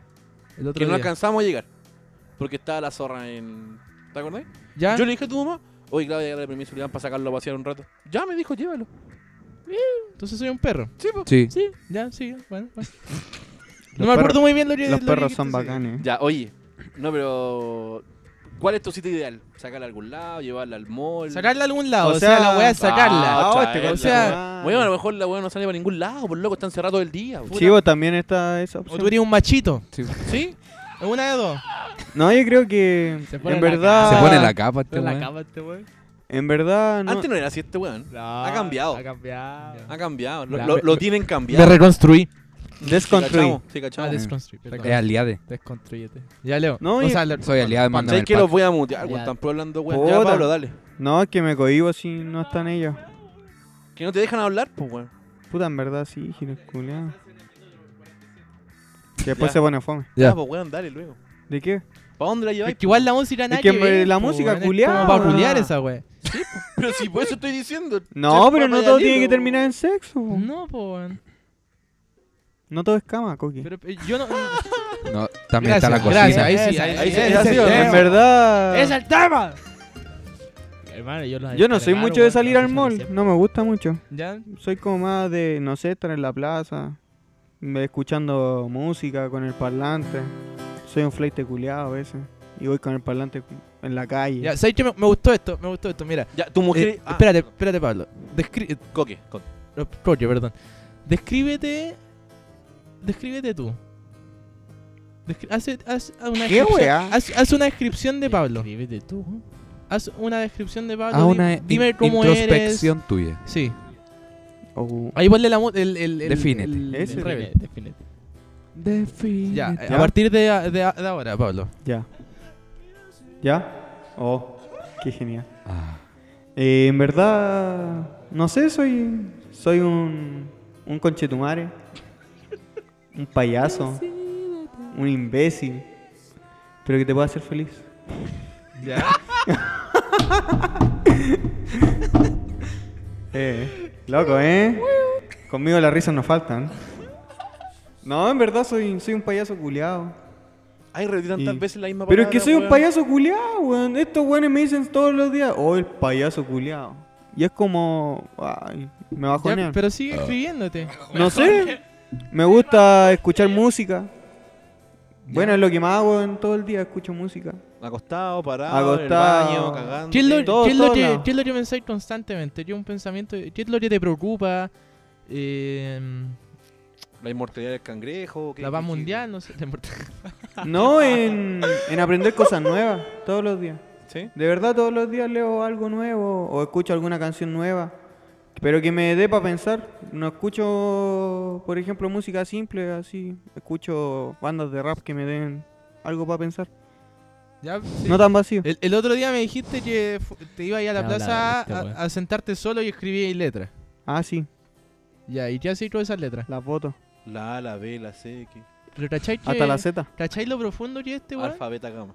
El otro Que no día. alcanzamos a llegar. Porque estaba la zorra en. ¿Te acordás? ¿Ya? Yo le dije a tu mamá, oye, Claudia, dale permiso a Julián para sacarlo a pasear un rato. Ya me dijo, llévalo. Entonces soy un perro. Sí, po. Sí. Sí, ya, sí, bueno. bueno. Los No me acuerdo perros- muy bien lo que Los lo perros que son dijiste, sí. bacanes. Ya, oye. No, pero. ¿Cuál es tu sitio ideal? ¿Sacarla a algún lado? ¿Llevarla al mall? Sacarla a algún lado, O o sea, sea, la weá es sacarla. Ah, Ah, otra este vez, con- o sea, Ah. Bueno, a lo mejor la weá no sale para ningún lado, por loco, están cerrados todo el día. weón. Chivo también está esa o tú opción. eres un machito. Sí. ¿Sí? Es una de dos. No, yo creo que Se pone en la verdad Ah. Se pone la capa este En la weón. cama este weón. en verdad no, Antes no era así este weón. No, Ha cambiado. Ha cambiado. Ha cambiado. Lo, Ya, lo- me- lo me- tienen cambiado. Me reconstruí. desconstruí. cachamos, sí, Ah, cachamos. desconstruye, Eh, Es perdón. aliade. Desconstrúyete. Ya leo. No, y- la- Soy aliado de ¿Sabes que los voy a mutear? weón? Ya. Están puro hablando, weón. Puta. Ya, Pablo, dale. No, es que me cohibo si no están ellos. Que no te dejan hablar, pues, weón. Puta, en verdad sí, Giles culiao. Que después Ya. se pone fome. Ya, Ya. pues, weón, dale luego. ¿De qué? ¿Para dónde la lleváis? Es que igual la música nada que que ver, la po, música weón, es culiao, Como para weón. culiar esa weá. Pero si por eso estoy diciendo. No, Ser pero papá no de todo Alito, tiene que terminar weón. en sexo. po. No, po, weón. No todo es cama, Coqui. Pero eh, yo no. mm, No, también está la cocina. gracias, Ahí sí, Esa, ahí, ahí sí. ese sí, ahí sí, es el ahí en tema. verdad. ¡Es el tema! Hermano, yo, los Yo no soy descargaro, mucho de weón, salir los al uso mall. siempre. No me gusta mucho. Ya, Soy como más de, no sé, estar en la plaza. me- Escuchando música con el parlante. Soy un flight culiado a veces. Y voy con el parlante cu- en la calle. ya, ¿sabes qué? Me, me gustó esto, me gustó esto, mira. Ya, tu mujer. Eh, ah, espérate, espérate, Pablo. Descri eh, Coque, coque. Roger, perdón. Descríbete. Descríbete tú. Descri- hace, haz una ¿Qué descripción- weá? haz- haz una descripción de Pablo. Escríbete tú. ¿eh? Haz una descripción de Pablo. A di- Ah, una in- dime cómo eres. introspección tuya. Sí. O- Ahí ponle la mu- el, el, el, Defínete. el- Ese. el rebel. Definete, definete. Ya, Define. eh, a partir de, de- de ahora, Pablo. Ya. ¿Ya? Oh, qué genial. Ah, Eh, en verdad, no sé, soy, soy un, un conchetumare, un payaso, un imbécil, pero que te pueda hacer feliz. ¿Ya? loco, ¿eh? Conmigo las risas no faltan. No, en verdad soy, soy un payaso culiado. Ay, repetí tantas Y- veces la misma Pero es que palabra, soy un weón. payaso culiado, weón. Estos weones me dicen todos los días, oh, el payaso culiado. Y es como, ay, me Ya, bajonean. pero sigue Ah. escribiéndote. No sé, me gusta escuchar música. Bueno, es lo que más hago en todo el día, escucho música. Acostado, parado, Acostado. en el baño, cagando. ¿Qué es lo, todo- qué es lo todo que, lado. qué es lo que pensáis constantemente? ¿Qué es un pensamiento? ¿Qué es lo que te preocupa? Eh, La inmortalidad del cangrejo. ¿qué- la paz qué- mundial, no sé. la inmortal- No en, en aprender cosas nuevas, todos los días. ¿Sí? De verdad, todos los días leo algo nuevo o escucho alguna canción nueva. Pero que me dé para pensar. No escucho, por ejemplo, música simple, así. Escucho bandas de rap que me den algo para pensar. Ya, sí. No tan vacío. el, el otro día me dijiste que fu- te ibas a ir a la Ya plaza hablaba de este a, esta wea. a sentarte solo y escribir letras. Ah, sí, Ya, ¿y qué hacéis con esas letras? las fotos. La A, la B, la C, que- ¿Pero cacháis que- Hasta la Z. ¿Cacháis lo profundo que es este weón? Alfa, beta, gama.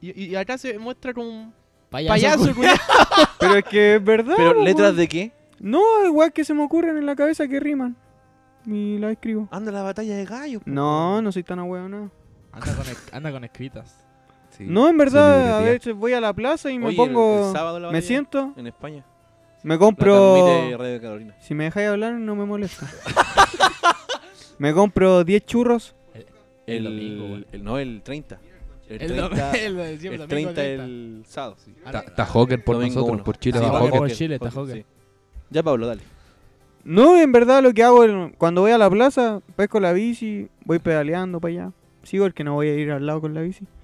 Y, y acá se muestra como un Payaso. payaso, culiao. culiao. Pero es que es verdad. ¿Pero po, letras Ah, weón. de qué? No, igual que se me ocurren en la cabeza que riman. Y las escribo. Anda la batalla de gallos. po. No, no soy tan ahueonado. Anda con, es- anda con escritas. eh, sí. No, en Su verdad, a librería. veces voy a la plaza y me Oye, el- pongo. el sábado la me batalla siento, En España. me La compro. transmite Radio Carolina. Si me dejáis hablar, no me molesta. me compro 10 churros. El El, domingo, weón. el- no, el 30. El El 30 domingo, el domingo, el, domingo 30 30. el sábado. sí. Está está Hawker por Domingo nosotros, uno. por Chile. Sí, va Hawker Hawker. por Chile, está Hawker. sí. Ya, Pablo, dale. No, en verdad lo que hago en- cuando voy a la plaza, pesco la bici, voy pedaleando para allá. Sigo el que no voy a ir al lado con la bici.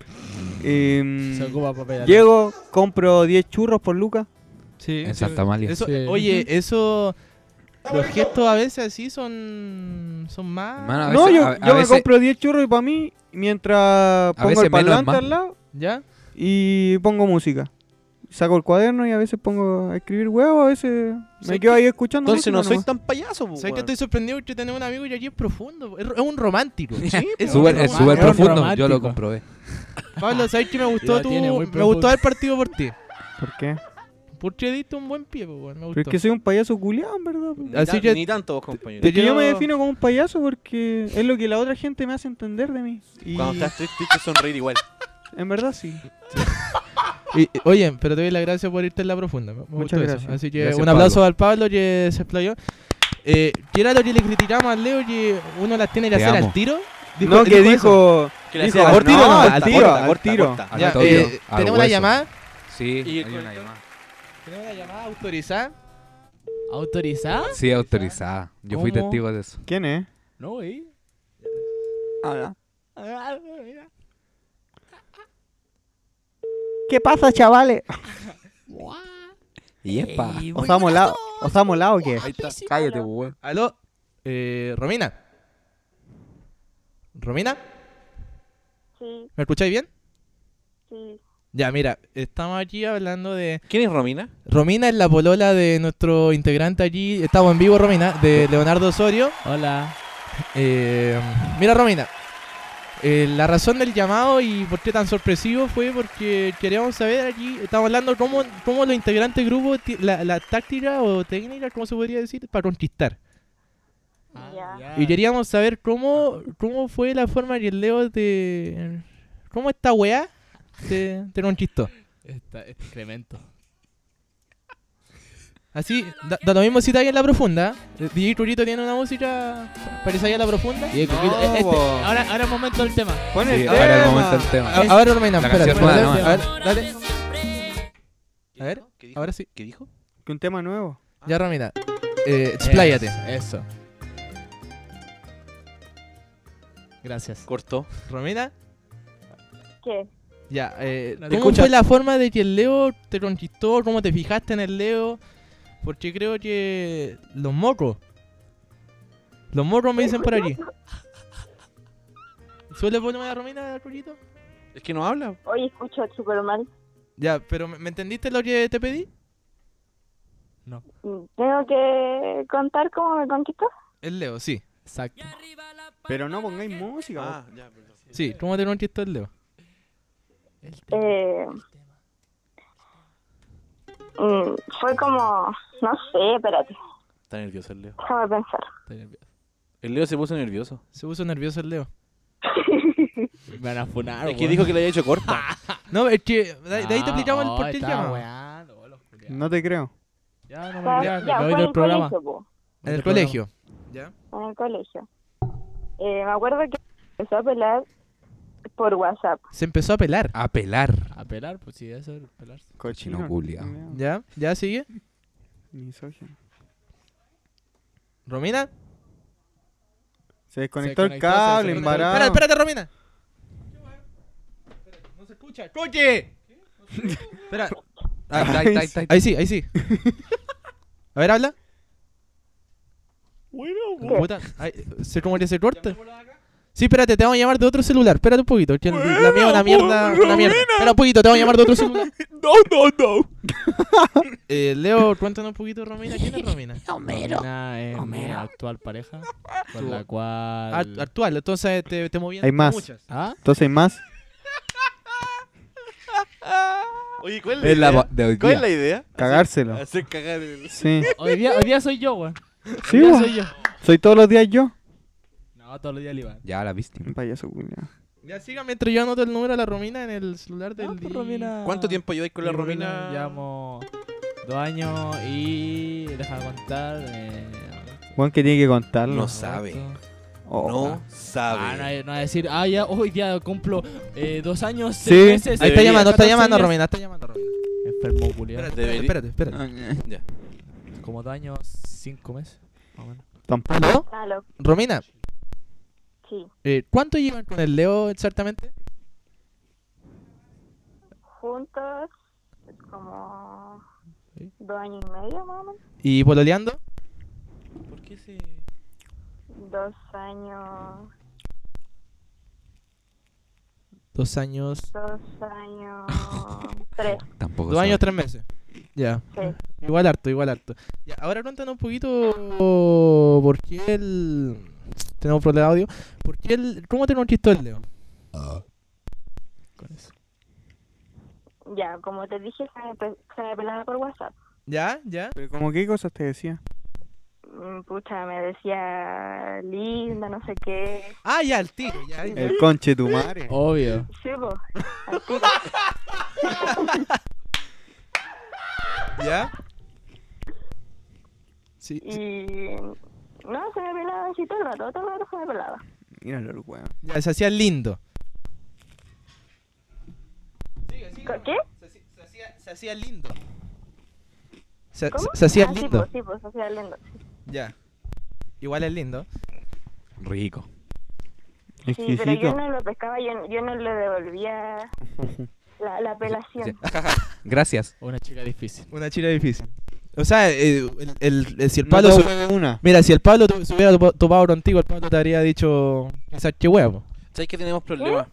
Em, Se ocupa papel. llego, compro 10 churros por Lucas. Sí, En sí. Santa Amalia. Eso, Sí. Oye, eso Los gestos a veces así son. son más. Hermano, a No, veces- yo, a- a yo me veces- compro 10 churros y para mí, mientras pongo veces el menos es parlante más. al lado ¿Ya? y pongo música. Saco el cuaderno y a veces pongo a escribir huevos, a veces me ¿Sabes quedo qué? ahí escuchando. Entonces no música soy nomás. tan payaso, po, ¿Sabes que weón. estoy sorprendido porque tenemos un amigo y aquí es profundo? Es, es un romántico. Es súper es súper romántico. profundo, yo Romántico. lo comprobé. Pablo, ¿sabes que me La gustó tu. tiene muy Me gustó profunda. haber partido por ti. ¿Por qué? Porque diste un buen pie, pues, weón, me Pero gustó. es que soy un payaso culiado, en verdad. po. Ni, Así tan- que- ni tanto, vos, Te compañero. Es que yo me quiero- defino como un payaso porque es lo que la otra gente me hace entender de mí. Y Cuando estás triste, hay que sonreír igual. en verdad sí. Y- y- oye, pero te doy las gracias por irte en la profunda. me- me Muchas gustó eso. gracias. Así que Gracias, un aplauso al Pablo que se explayó. Eh, ¿Qué era lo que le criticamos al Leo que uno las tiene que Te hacer amo. al tiro? no, que eso. dijo. Que le Dijo, hacía- al tiro no, nomás, al tiro, corta, al corta, tiro. corta. Al Ya, toque, eh, al tenemos una hueso. llamada. Sí, Y hay con- una llamada. Tenemos una llamada autorizada. ¿Autorizada? Sí, autorizada. Yo fui ¿Cómo? testigo de eso. ¿Quién es? No, güey. ¿Qué pasa, chavales? Y epa. ¿Os ha molado? ¿Os ha molado o qué? Cállate, weón. Aló, eh, Romina. Romina, Sí, ¿me escucháis bien? sí. Ya, mira, estamos aquí hablando de. ¿Quién es Romina? Romina es la polola de nuestro integrante allí. Estamos en vivo, Romina, de Leonardo Osorio. Hola. Eh, mira, Romina, eh, la razón del llamado y por qué tan sorpresivo fue porque queríamos saber aquí, estamos hablando cómo, cómo los integrantes del grupo, ti- la, la táctica o técnica, ¿cómo se podría decir? Para conquistar. Ya. Ah, Y queríamos saber cómo, cómo fue la forma que el Leo te... ¿Cómo esta weá te, te conquistó? Está excremento. Así, da, da lo mismo si está ahí en la profunda. ¿eh? DJ Curito tiene una música para que salga en la profunda. Y el No, coquito- eh, este- bo. ahora, ahora es momento del tema. Pon el Sí, ahora es el tema. momento del tema. A, a ver, Romina, La espérate. canción espérate, suena, a ver, dale. A ver, ¿Qué dijo? ahora sí. ¿Qué dijo? Que un tema nuevo. Ya, Romina. Eh, expláyate. Eso. eso. Gracias. Cortó. Romina, ¿Qué? ya. Eh, No te ¿Cómo escucha. fue la forma de que el Leo te conquistó? ¿Cómo te fijaste en el Leo? Porque creo que los mocos. Los mocos me dicen por allí. ¿Suele ponerme a Romina, Curito? Es que no habla. Hoy escucho súper mal. Ya, pero ¿me- ¿me entendiste lo que te pedí? ¿Tengo que contar cómo me conquistó? El Leo, sí. Exacto. Pero no pongáis música. Ah, ya, perdón. Sí, ¿cómo te conquistó el Leo? Eh, mm, fue como, no sé, espérate, Está nervioso el Leo. déjame pensar. El Leo se puso nervioso. Se puso nervioso el Leo. Me van a funar. Es que dijo que le había hecho corta. No, es que de, de ahí te aplicamos el por qué el llama. llamado. po. No te creo. Ya no O sea, me ya, ya, me voy fue en del el programa. colegio, po, En el colegio. ¿Ya? en el colegio. Eh, me acuerdo que empezó a pelar por WhatsApp. Se empezó a pelar. A pelar. A pelar, pues sí, eso es pelar. Cochino. Cochino culiao. culiao. ¿Ya? ¿Ya sigue? Misógino. ¿Romina? Se desconectó el desconectó, se cable, desconectó. Espera, embarado. espérate, Romina. No se escucha. ¡Coche! Espera. Ay, ay, ay, ay, ay. Ahí sí, ahí sí. A ver, habla. Bueno, Puta, ay, se como que se corta. Sí, espérate, te vamos a llamar de otro celular. Espérate un poquito. que la mía es una mierda. Una mierda. Espera un poquito, te vamos a llamar de otro celular. No, no. Eh, Leo, cuéntanos un poquito, Romina. ¿Quién es Romina? Homero. es mi actual pareja. Con la Act- cual. Actual, entonces te, te moviendo. Hay más. muchas. ¿Ah? Entonces hay más. Oye, ¿cuál Es la va- de hoy ¿Cuál día. es la idea? Cagárselo. Hacer cagar el... Sí. Hoy día, hoy día soy yo, weón. Sí, Hoy día bo. soy yo. Soy todos los días yo. No, todos los días le iban. Ya la víctima. Un payaso culiao. Ya sigan mientras yo anoto el número de la Romina en el Ah, celular del. pues, Di- ¿Cuánto tiempo lleváis con la Yo creo que Romina? Llevamos dos años y. Deja de contar. eh, Juan que tiene que contarlo. No sabe. agosto. Oh. No Ah, no, sabe. hay- no hay decir, ah, ya hoy día cumplo eh, dos años, Sí. seis meses. Ahí está Debería. llamando, está 14 llamando días. Romina, está llamando Romina. Enfermo, culiado. Espérate, Debería- espérate, espérate. Ya. Como dos años, cinco meses. más o menos. Tampoco. ¿Aló? Aló, Romina, Ah, sí. eh, ¿cuánto llevan con el Leo exactamente? Juntos, como Sí. dos años y medio más o menos. ¿Y pololeando? qué se...? Dos años. Dos años. Dos años. tres. Tampoco Dos sabe. años, tres meses. Ya. Sí. Igual harto, igual harto. Ya, ahora cuéntanos un poquito por qué el... Tenemos problema de audio. ¿Por qué el... ¿Cómo te conquistó el Leo? Ya, como te dije, se me, pe- se me pelaba por WhatsApp. ¿Ya? ¿Ya? Pero como qué cosas te decía. Mm, Pucha, me decía linda, no sé qué. Ah, ya, el tiro. Ya, ya. El conche tu madre. Obvio. Sí, po. ¿Ya? Sí. sí. Y. No, se me pelaba así todo el rato, todo el rato se me pelaba. Míralo, el weón. Ya, se hacía lindo. ¿Con ¿Qué? Se hacía, lindo. Se, ¿Cómo? Eh, se hacía Ah, sí, lindo. po, Sí, po, se hacía lindo. Ya. Igual es lindo. Rico. Sí, pero yo Exquisito. no lo pescaba, yo, yo no le devolvía la, la pelación. Gracias. Una chica difícil. Una chila difícil. O sea, eh, el, el- el- si el No Pablo... te se- fue de una. Mira, si el Pablo tu- se hubiera topo- topado contigo, el Pablo te habría dicho... Quizás qué huevo. ¿Sabes que tenemos problemas?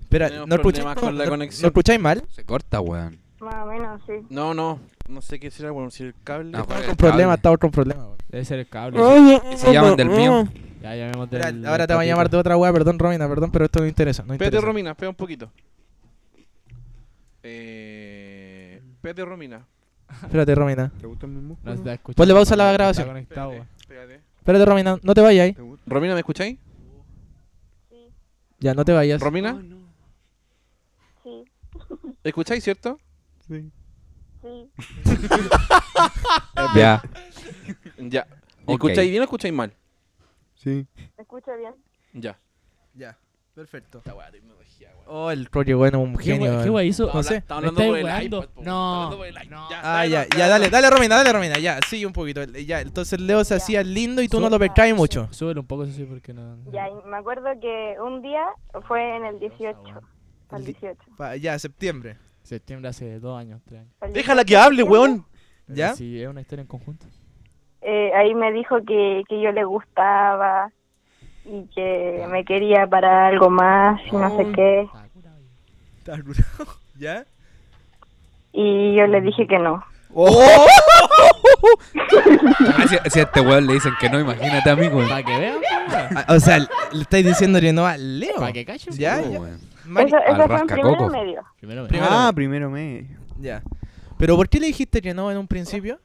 Espera, Tenemos ¿no escucháis, problemas no- con la no- conexión. ¿no escucháis mal? Se corta, weón. Más o menos, sí. No, no. No sé qué será, bueno, si el cable... Ah, Ah, Estamos bueno. con problemas, estamos con problemas. weón. Debe ser el cable. pues, Se llaman del mío. Ya llamemos del... Espera, del Ahora te van a llamar de patito. otra hueá, perdón Romina, perdón, pero esto no interesa. No Pete interesa. Romina, espera un poquito. Eh... Pete Romina. Espérate Romina. ¿Te gustan mis músculos? No se está escuchando. Ponle pausa a la Está grabación. conectado, Espérate, weón. espérate. Espérate Romina, no te vayas ahí. ¿Te gustan? Romina, ¿me escucháis? Ya, no te vayas. Romina, Sí, ¿escucháis, cierto? Sí. sí. Ya. Ya. Ok. ¿Escucháis bien o escucháis mal? Sí. ¿Me escucha bien? Ya. Ya, perfecto. Esta weá, tecnología, weón. Oh, el Roger, bueno, un ¿Qué genio. weón weón. qué weón hizo? No sé. Está Me hablando estáis por el weando. iPad, po. No, Está hablando por el iPad. no. Ya, Ah, está ya, enojado. ya, dale, dale Romina, dale Romina, ya, sigue un poquito. el- Ya, entonces Leo se hacía lindo y tú no lo pescabas mucho. Súbelo un poco, eso sí, porque no... Ya, y me acuerdo que un día fue en el 18. El Fue el di- 18. Pa- ya, septiembre. Septiembre hace dos años, tres años. fue el Déjala 18. que hable, weón. Pero ¿Ya? Sí, es una historia en conjunto. Eh, ahí me dijo que, que yo le gustaba y que me quería para algo más y no Oh. sé qué. Ah, curado. ¿Ya? Y yo le dije que no. Oh. Ah, si, si a este weón le dicen que no, imagínate a mí, weón. Para que vean, Ah, o sea, le estáis diciendo que no a Leo. para que cachen. Ya, Oh, ya. weón. Mari- Eso, eso fue en rascacoco. primero medio. Primero me- Primero ah, medio. primero medio. Ya. ¿Pero por qué le dijiste que no en un principio?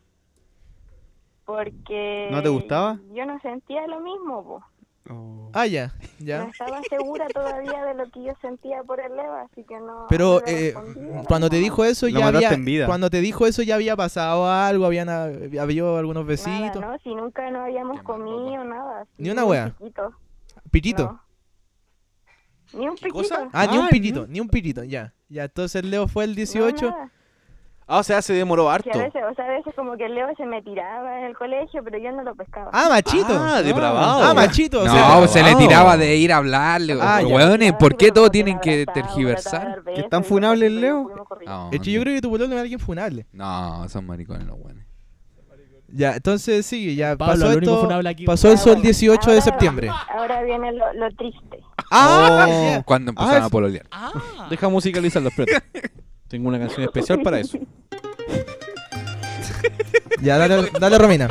Porque... ¿No te gustaba? Yo no sentía lo mismo, po. Oh. Ah, ya, No ya. estaba segura todavía de lo que yo sentía por el Eva, así que no... Pero no le eh, respondí a la cuando te mamá. dijo eso Lo ya mataste había en vida. cuando te dijo eso ya había pasado algo, habían había habido algunos Nada, besitos, no, si nunca no habíamos comido nada. así, Ni una wea. piquito, piquito. no. Ni un piquito. cosa? Ah, ni un Ah, piquito, ni un piquito, ya. Ya, entonces Leo fue el 18. No, nada. Ah, o sea, se demoró Que harto. a veces, o sea, a veces como que el Leo se me tiraba en el colegio, pero yo no lo pescaba. Ah, machito. Ah, depravado. Ah, machito. o No, sea, se le tiraba de ir a hablarle. Ah, weón. ya. Weones, ¿por qué todos tienen que tergiversar? ¿Que tan funable el Leo? No, es que yo creo que tu pololo es alguien funable. no, son maricones los weones. Ya, entonces sigue, ya Pablo, pasó el único esto. funable aquí. Pasó eso el 18 de septiembre. Ahora viene lo, lo triste. Ah, Cuando empezaron Ah, a pololear. Ah, Deja musicalizarlo, espérate. Tengo una canción especial para eso. ya. ya, dale, dale Romina.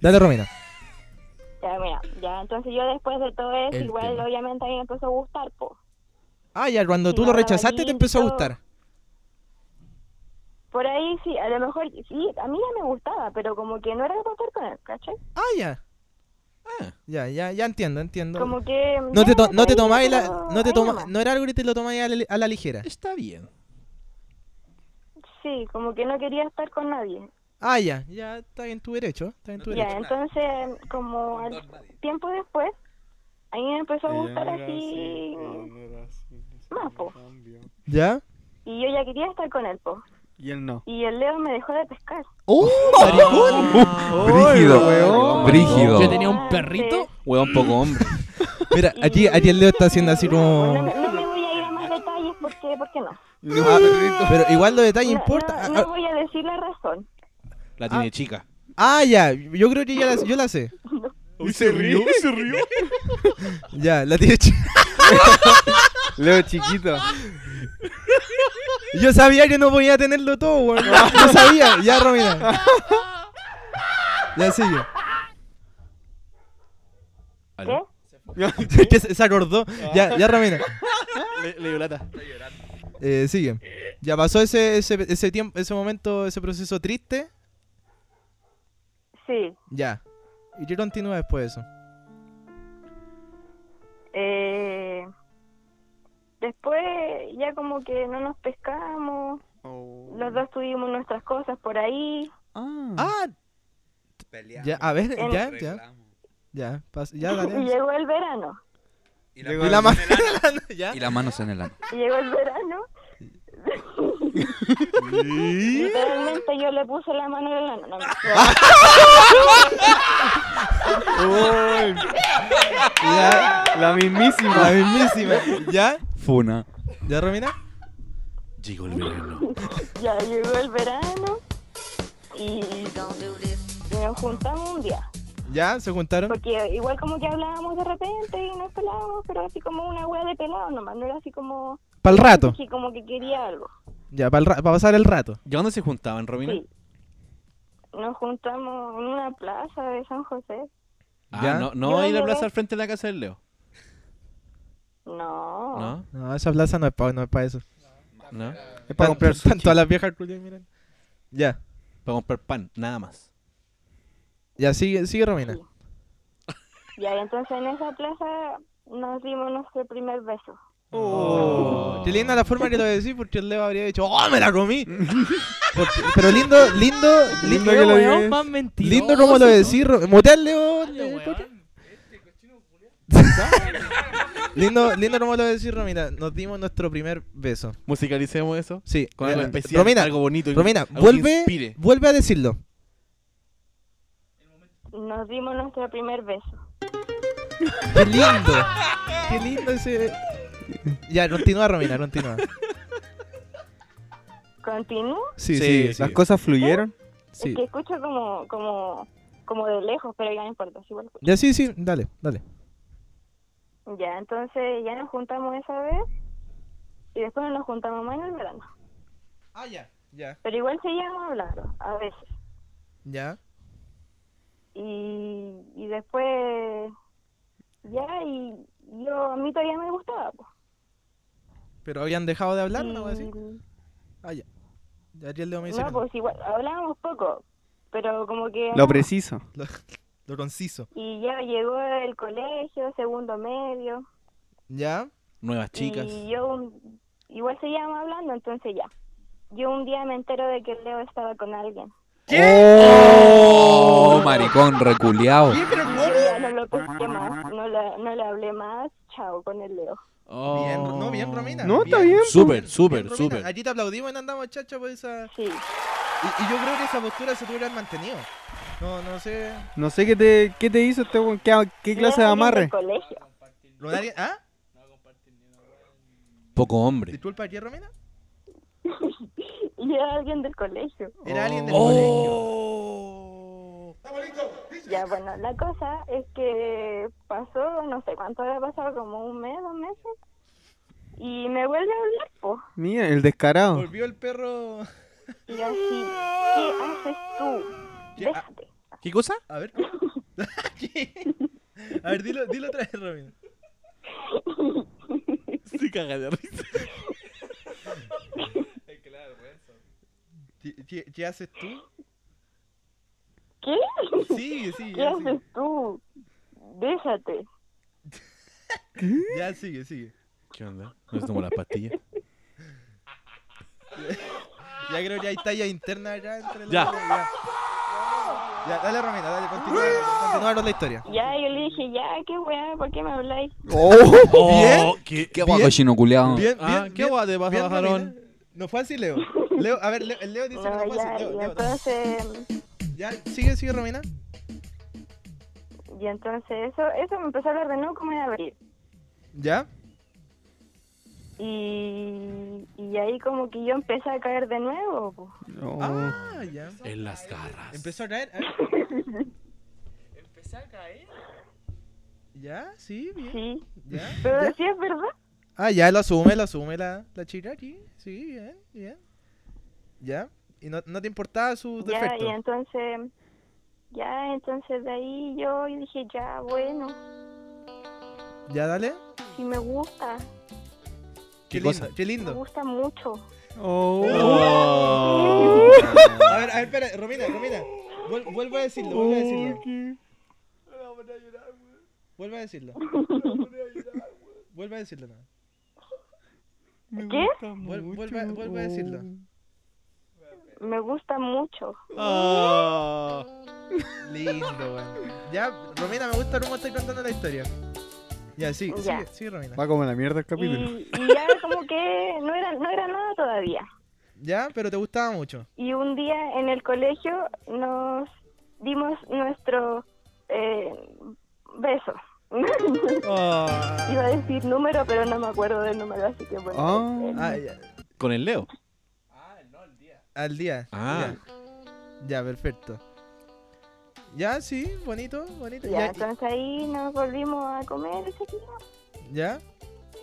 Dale Romina. Ya, mira, ya, entonces yo después de todo eso, El igual tema. obviamente a mí me empezó a gustar, po. Ah, ya, cuando tú lo rechazaste te empezó a gustar. Por ahí sí, a lo mejor, sí, a mí ya me gustaba, pero como que no era de pasar con él, ¿cachai? Ah, ya. Ya, ya, ya entiendo, entiendo. Como que... No te, ya, to- no te ahí, tomáis la, pero no te ahí toma, nomás. no era algo que te lo tomáis a la, a la ligera. Está bien. Sí, como que no quería estar con nadie. Ah, ya, ya está en tu derecho, está en tu Ya, derecho. entonces, como al tiempo después, a mí me empezó a gustar así más, po. ¿Ya? Y yo ya quería estar con él, po. Y él no. Y el Leo me dejó de pescar. ¡Oh, maricón! Brígido, weón. Brígido. yo tenía Ah, un perrito. Weón poco hombre. Mira, aquí, aquí el Leo está haciendo así Pues No, como... me- no me voy a ir a más detalles porque, porque no. Ah, pero igual los detalles No, importan. no- Ah, no voy a decir la razón. ah, La tiene chica. Ah, ya, yo creo que ya la, yo la sé. ¿Y se rió? ¿Se rió? Ya, la tiene chica. Leo chiquito. Yo sabía que no podía tenerlo todo, weón. Yo sabía, ya, Romina. Ya sigue. ¿eh? ¿Aló? Es que se se acordó. Ya, ya, Romina. Le, le dio lata. Eh, sigue. Ya pasó ese, ese, ese tiempo, ese momento, ese proceso triste. Sí, Ya. ¿Y qué continúa después de eso? eh, después ya como que no nos pescamos, Oh. los dos tuvimos nuestras cosas por ahí. Ah, ya, a ver, Peleamos. ya, ya. Ya, pas- ya, Y dale. llegó el verano. Y Y la mano, ya. Y las manos en el ano. Y Llegó el verano. Literalmente yo le puse la mano en la no, no, no. Uy. Ya, La mismísima. la mismísima. Ya, Funa. ya, Romina. Llegó el verano. Ya llegó el verano y nos juntamos un día. Ya, se juntaron. Porque igual como que hablábamos de repente y nos pelábamos, pero así como una wea de pelado nomás, no era así como, Para el rato. así como que quería algo. Ya, para pasar el rato. ¿Y dónde se juntaban, Romina? Sí. Nos juntamos en una plaza de San José. Ah, ¿Ya? no, Yo no hay la llegué- plaza al frente de la casa del Leo. No. No, No, esa plaza no es para eso. no. Es para comprar Están sushi. todas las viejas culias, miren. Ya, Para comprar pan, nada más. ya, sigue, sigue Romina. Ya, y entonces en esa plaza nos dimos nuestro primer beso. Qué linda la forma que lo decís porque el Leo habría dicho, ¡Oh, me la comí! Porque- pero lindo, lindo, lindo, que lo digas. Ah, más mentiroso. lindo como lo decís. Ro- Mutea al Leo. eh, Cote. lindo, lindo como lo decís, Romina. Nos dimos nuestro primer beso. Musicalicemos eso. Sí, Con algo eh, especial, Romina, algo bonito. Romina, algo que vuelve, inspire. vuelve a decirlo. Nos dimos nuestro primer beso. Qué lindo. Qué lindo ese. Ya, continúa, Romina, continúa. ¿Continúo? Sí, Sí, sí, sí. sí. Las cosas fluyeron. sí. Es que escucho como, como, como de lejos, pero ya no importa, es igual escucho. Ya, sí, sí, dale, dale. Ya, entonces ya nos juntamos esa vez y después nos juntamos más en el verano. Ah, ya, ya. Pero igual seguíamos hablando, a veces. Ya. Y, y después, ya, y yo, a mí todavía me gustaba. po. Pero habían dejado de hablar, ¿no? Así. Y- Ah, ya. Ya aquí el Leo me dice. Mm. No, que no. pues igual, hablábamos poco, pero como que... Lo ah, preciso. Lo, lo conciso. y ya llegó el colegio, segundo medio. Ya. Nuevas chicas. Y yo un- igual seguíamos hablando, entonces ya. Yo un día me entero de que Leo estaba con alguien. Oh, maricón, reculeado. Yo ya no lo pesqué más, no, la- no le hablé más. Chao con el Leo. Oh. Bien, no, bien, Romina. No, está bien. Súper, súper, Bien, Romina. súper. Aquí te aplaudimos en Andamos Chacha por esa. Y, Sí, y yo creo que esa postura se tuvo que haber mantenido. No, no sé. No sé qué te, qué te hizo este weón, ¿Qué, qué clase de Leo venía amarre. del colegio. ¿Lo nadie- ¿Ah? Poco hombre. Disculpa, ¿aquí es Romina? Y era alguien del colegio. Era alguien del Ya, bueno, la cosa es que pasó, no sé cuánto había pasado, como un mes, dos meses. Y me vuelve a hablar, po. Mira, el descarado. Volvió el perro. Y yo así, ¿qué haces tú? ah. Déjate. ¿Qué cosa? A ver. A ver, dilo, dilo otra vez, Romina. Se caga de risa. ¿Qué, qué- qué haces tú? ¿Qué? Sigue, sigue. ¿Qué ya haces sigue. tú? Déjate. Ya sigue, sigue. ¿Qué onda? ¿No se tomó las pastillas? Ya creo que hay talla interna ya entre los Ya. dos, ya. Ya, dale, Romina, dale, continúa. Continúa con la historia. Ya, yo le dije, ya, qué weá, ¿por qué me habláis? Oh, ¿Qué? Qué guapo, chino culeado. Bien, Ah, bien, ¿Qué bien, guay te pasa, bien, Jarón? Romina. No fue así, Leo. Leo, a ver, Leo, el Leo dice que no No, fue ya, así. Leo, y Leo, entonces, Ya, sigue, sigue, Romina. y entonces eso, eso me empezó a hablar de nuevo como en abril. Ya. Y, y ahí como que yo empecé a caer de nuevo. po. No. Ah, ya. En las garras. Empezó a caer. a ver. Empecé a caer. Ya, sí, bien. Sí, Ya. pero sí es verdad. Ah, ya lo asume, lo asume la, la chica aquí. Sí, bien, bien. Ya. Y no, no te importaba su Ya, y defecto. entonces, ya, entonces de ahí yo dije, ya, bueno, Ya, dale. sí me gusta, Qué, cosa? lindo, qué me lindo. gusta mucho. A ver, a ver, espera, Romina, Romina. Vuel- vuelvo a decirlo, vuelvo a Uh. decirlo. Vuelve a decirlo. Vuelve a decirlo. no. ¿Qué? Vuel- Vuelve a- vuelve a decirlo. Me gusta mucho. Lindo, weón. Ya, Romina, me gusta cómo estás contando la historia. Ya, sí, sí, Ya. sí, Romina. Va como la mierda el Y, capítulo. y ya como que no era, no era nada todavía. Ya, pero te gustaba mucho. Y un día en el colegio nos dimos nuestro eh, beso. Iba a decir número, pero no me acuerdo del número, así que bueno. Ah. eh, Ah, ya, Con el Leo. al día. Ah. Ya, ya, perfecto. Ya, sí, bonito, bonito. ya, Ya, entonces ahí nos volvimos a comer ese día. ya.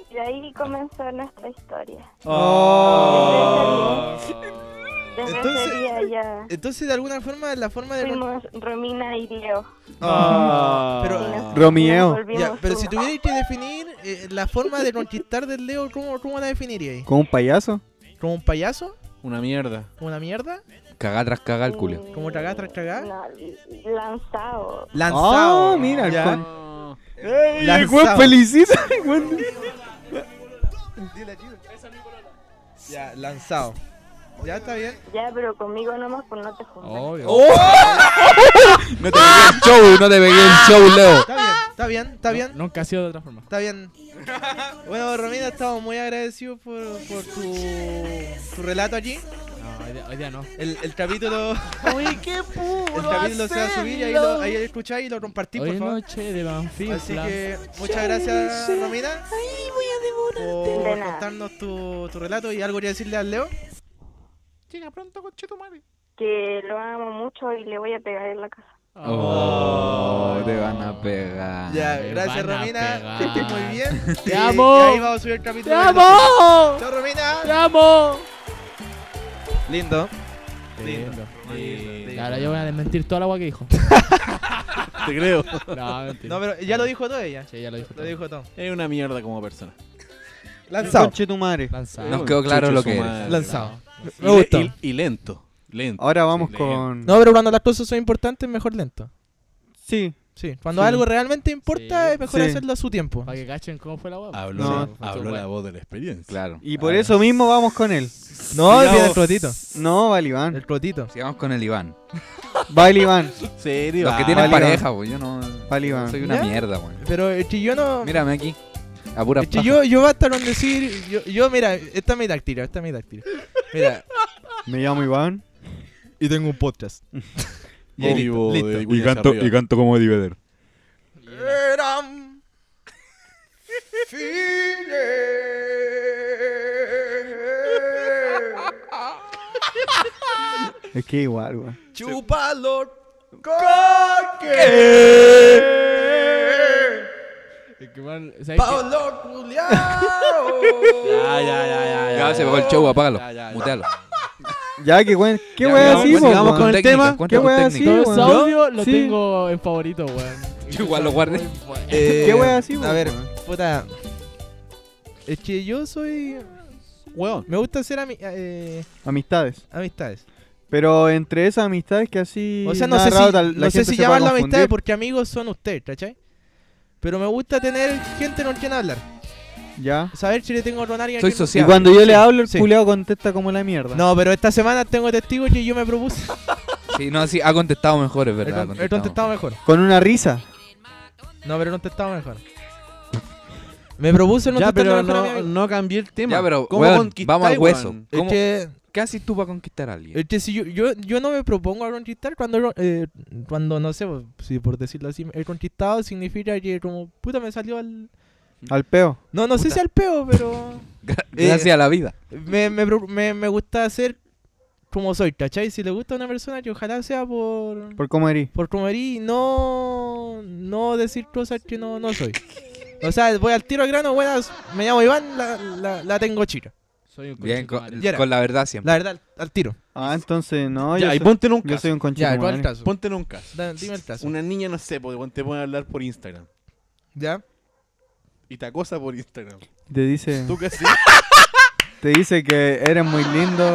Y de ahí comenzó nuestra historia. Ah. Desde Entonces- eh, ese día ya Entonces, de alguna forma, la forma de... con- fuimos Romina y Leo. Ah. Pero, Romieo. Romieo. ya, pero si tuvierais que definir eh, la forma de conquistar del Leo, ¿cómo, cómo la definiríais? ¿Con un payaso? ¿Como un payaso? Una mierda. ¿Como una mierda? Cagá tras cagá el culio. ¿Como tragar tras tragar? No, lanzado. Lanzado. Ah, mira, Ya. con- Lanzado. felicita! Ya, lanzado. Ya está bien. Ya, pero conmigo nomás, pues no te juntas. Oh, No te pegué el show, no te pegué el show, Leo. Está bien, está bien, está bien. Nunca ha sido de otra forma. Está bien. Bueno, Romina, estamos muy agradecidos por, por tu, tu relato aquí. No, hoy día, hoy día no. El, el capítulo. El capítulo se va a subir y ahí lo, ahí lo escucháis y lo compartís, hoy por es favor. noche de Banfield. Así que muchas gracias, Romina. De Por nada. contarnos tu, tu relato y algo que decirle al Leo. Que lo amo mucho y le voy a pegar en la casa. Oh, te van a pegar. Ya, Ah, Me gracias, van a Romina. Que estés muy pegar. bien. Te Y- amo. Y ahí vamos a subir el capítulo. del doce. amo! Chao, Romina. ¡Te amo! Lindo. Lindo. Y ahora yo voy a desmentir toda la agua que dijo. Te creo. No, mentira. No, pero ya lo dijo todo ella. Sí, ya lo dijo. Lo dijo todo. Es una mierda como persona. Lanzado. tu madre. Lanzado. Nos quedó claro Chucha lo su que madre. eres. Lanzado. Y Me le- gustó. Y, y lento. Lento. Ahora vamos Sí, con. No, pero cuando las cosas son importantes, mejor lento. Sí. Sí, cuando Sí. algo realmente importa, Sí. es mejor Sí. hacerlo a su tiempo. Para que cachen cómo fue la agua. Habló, No. habló la voz de la experiencia. Claro. Y por eso mismo vamos con él. No, Sigamos. viene el protito. No, va el Iván. El protito. Sigamos con el Iván. Va el Iván. Serio. Los que Ah, tienen vale, Iván. pareja, güey. Yo no. Vale, Iván. Soy una ¿Ya? mierda, güey. Pero es que yo no. Mírame aquí. A pura es que paja. Este, yo, yo basta con decir. Yo, yo, mira, esta es mi táctica, esta es mi táctica. Mira. Me llamo Iván. y tengo un podcast. Y, ahí vivo de Williams arriba. como Eddie Vedder. Eran fines. Es que igual, güey. Chúpalo Es que, bueno, ¿sabes qué? Pablo Julián. Ah, Ya, ya, ya, ya. Ya se pegó el show, apágalo. Ya, ya, ya. Mutealo. Ya, qué güey. ¿Qué Ya, güey sigamos, así, sigamos güey? con el técnica, tema. cuéntanos ¿Qué güey tu así, técnica. Todo güey? ese audio lo Sí. tengo en favorito, weón. Yo igual lo guardé. Eh, Muy bueno. ¿Qué güey así, eh, A güey? ver, puta. Es que yo soy. Weón. Me gusta hacer ami- eh, Amistades. amistades. Pero entre esas amistades que así. O sea, no nada sé si, raro, tal- la no sé si gente se pueda llamarlo amistades confundir. porque amigos son ustedes, ¿cachai? Pero me gusta tener gente con quien hablar. Ya. Saber si le tengo con alguien. Soy que me- Y social. cuando yo Sí, le hablo, el sí. culeado contesta como la mierda. No, pero esta semana tengo testigos que yo me propuse. Sí, no, sí, ha contestado mejor, es verdad. he, ha con- he contestado mejor. Con una risa. No, pero he contestado mejor. Me propuse no Ya, contestarle pero mejor a mi no, amigo. no cambié el tema. Ya, pero, ¿Cómo weón, conquistar, vamos al weón? hueso. Es ¿Cómo- que, ¿Qué haces tú para conquistar a alguien? es que si yo, yo, yo no me propongo a conquistar cuando, eh, cuando no sé, si por decirlo así, el conquistado significa que como puta me salió al... Al peo. No, no sé si al peo, pero... Gra- Gracias a la vida. Me, me, pro- me, me gusta ser como soy, ¿cachai? Si le gusta a una persona, que ojalá sea por... ¿Por cómo eres? por comer y no, no decir cosas que no, no soy. O sea, voy al tiro al grano, buenas, me llamo Iván, la, la, la tengo chira. Soy un Bien, conchetumare. con, Ya era. con la verdad siempre. La verdad, al tiro. Ah, entonces no, Ya, yo, y soy, ponte en un yo soy caso. un conchito. Ya, ¿cuál el caso? Ponte en un caso. Da- dime el caso. Una niña, no sé, po, weón, te puede hablar por Instagram. ¿Ya? Y te acosa por Instagram. Te dice, ¿Tú qué haces? te dice que eres muy lindo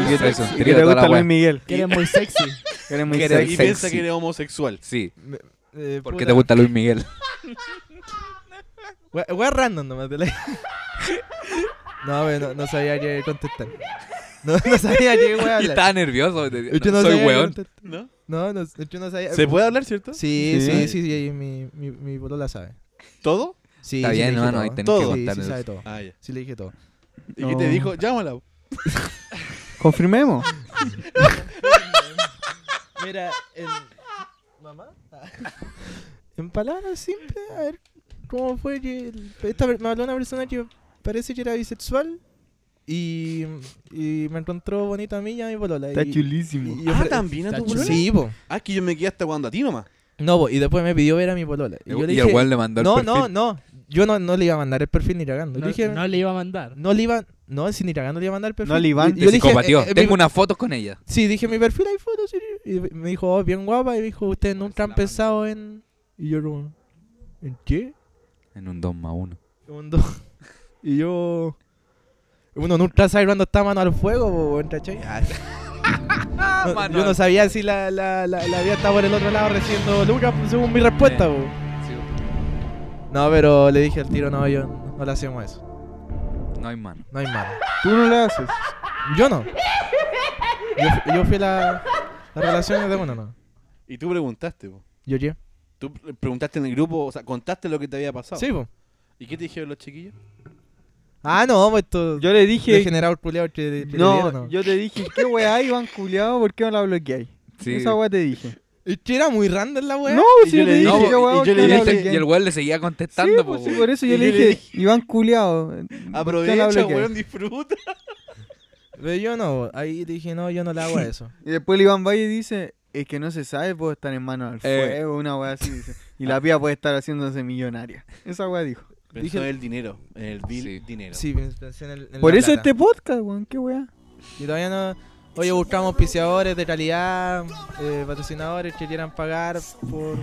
y que te, Eso, y que trío te toda la gusta wea. Luis Miguel. Que eres muy sexy. que eres muy Que eres sexy. Y Sexy. piensa que eres homosexual. Sí, Eh, porque te gusta Luis Miguel. Wea- wea random nomás de la- No, wey, no, no sabía qué contestar. No, no sabía qué wea Y hablar. estaba nervioso. te- Yo no, no soy sabía qué weón. contestar. ¿No? No, no, yo no sabía. ¿Se puede hablar, cierto? Sí, sí, Sí. sí, sí, sí, mi, mi, mi polola sabe. ¿Todo? Sí, Está sí, le bien, dije hermano, todo. ahí tenés Todo. que Sí, Sí, sí contarnos. sabe todo. Ah, ya. Sí le dije todo. ¿Y qué te No. dijo? Llámala. Confirmemos. Mira, en... ¿Mamá? en palabras simples, a ver, ¿cómo fue que... el- Esta, per- me habló una persona que parece que era bisexual y, y me encontró bonita a mí y a mi polola. Está y- chulísimo. y Ah, ofre- ¿también a tu polola? Sí, po. Ah, que yo me quedé hasta cuando a ti nomás. No, po, y después me pidió ver a mi polola. Y, Y, yo le el dije... weón le mandó el no, perfil. no, no. Yo no, no le iba a mandar el perfil ni cagando. No, Yo dije... no le iba a mandar. No le iba... No, si ni cagando le iba a mandar el perfil. No le iba Y- antes, yo dije, Psicopatió. eh, eh, Tengo mi- unas fotos con ella. Sí, dije mi perfil hay fotos y, y me dijo, oh, bien guapa. Y me dijo, ustedes nunca han pensado en. Y yo, como, ¿en qué? En un 2 más 1. Un do- Y yo. Uno nunca sabe cuando está mano al fuego, po, weón, ¿cachai? No, Mano yo no al- sabía si la, la, la, la vida estaba por el otro lado recibiendo lucas, pues, según mi respuesta, po. No, pero le dije al tiro, no, yo no le hacemos eso. No hay mano. No hay mano. Tú no le haces. Yo no. Yo, fu- yo fui la. Las relaciones de uno, no. Y tú preguntaste, po. ¿Yo qué? Tú pre- preguntaste en el grupo, o sea, contaste lo que te había pasado. Sí, po. ¿Y qué te dijeron los chiquillos? Ah, no, pues esto. Yo le dije, degenerado culiao que que le no, dieron, ¿no? yo te dije, qué weá, Iván culiado, ¿por qué no la bloqueáis? Sí. Esa weá te dije. Es que era muy random la weá. No, Y si yo yo le le dije, dije- qué y- weá, y ¿por qué yo le no la dije- Este, Y el bloqueáis? weón le seguía Sí, contestando. po, pues, sí, weón. por eso yo Y le yo le dije, Iván culiado. ¿por qué no Mm, la Aprovecha, bloqueáis? weón, disfruta. Pero yo no, ahí dije, no, yo no le hago eso. Y después el Iván Valle dice, es que no se sabe, puedo estar en manos al Eh. fuego, una weá así dice. Y la pía puede estar haciéndose millonaria. Esa weá dijo. Pensó en el dinero, en el vil Sí. dinero. Sí, pensé en el. en Por la eso plata. este podcast, weón, qué weá. Y todavía no. Oye, buscamos auspiciadores de calidad, eh, patrocinadores que quieran pagar por.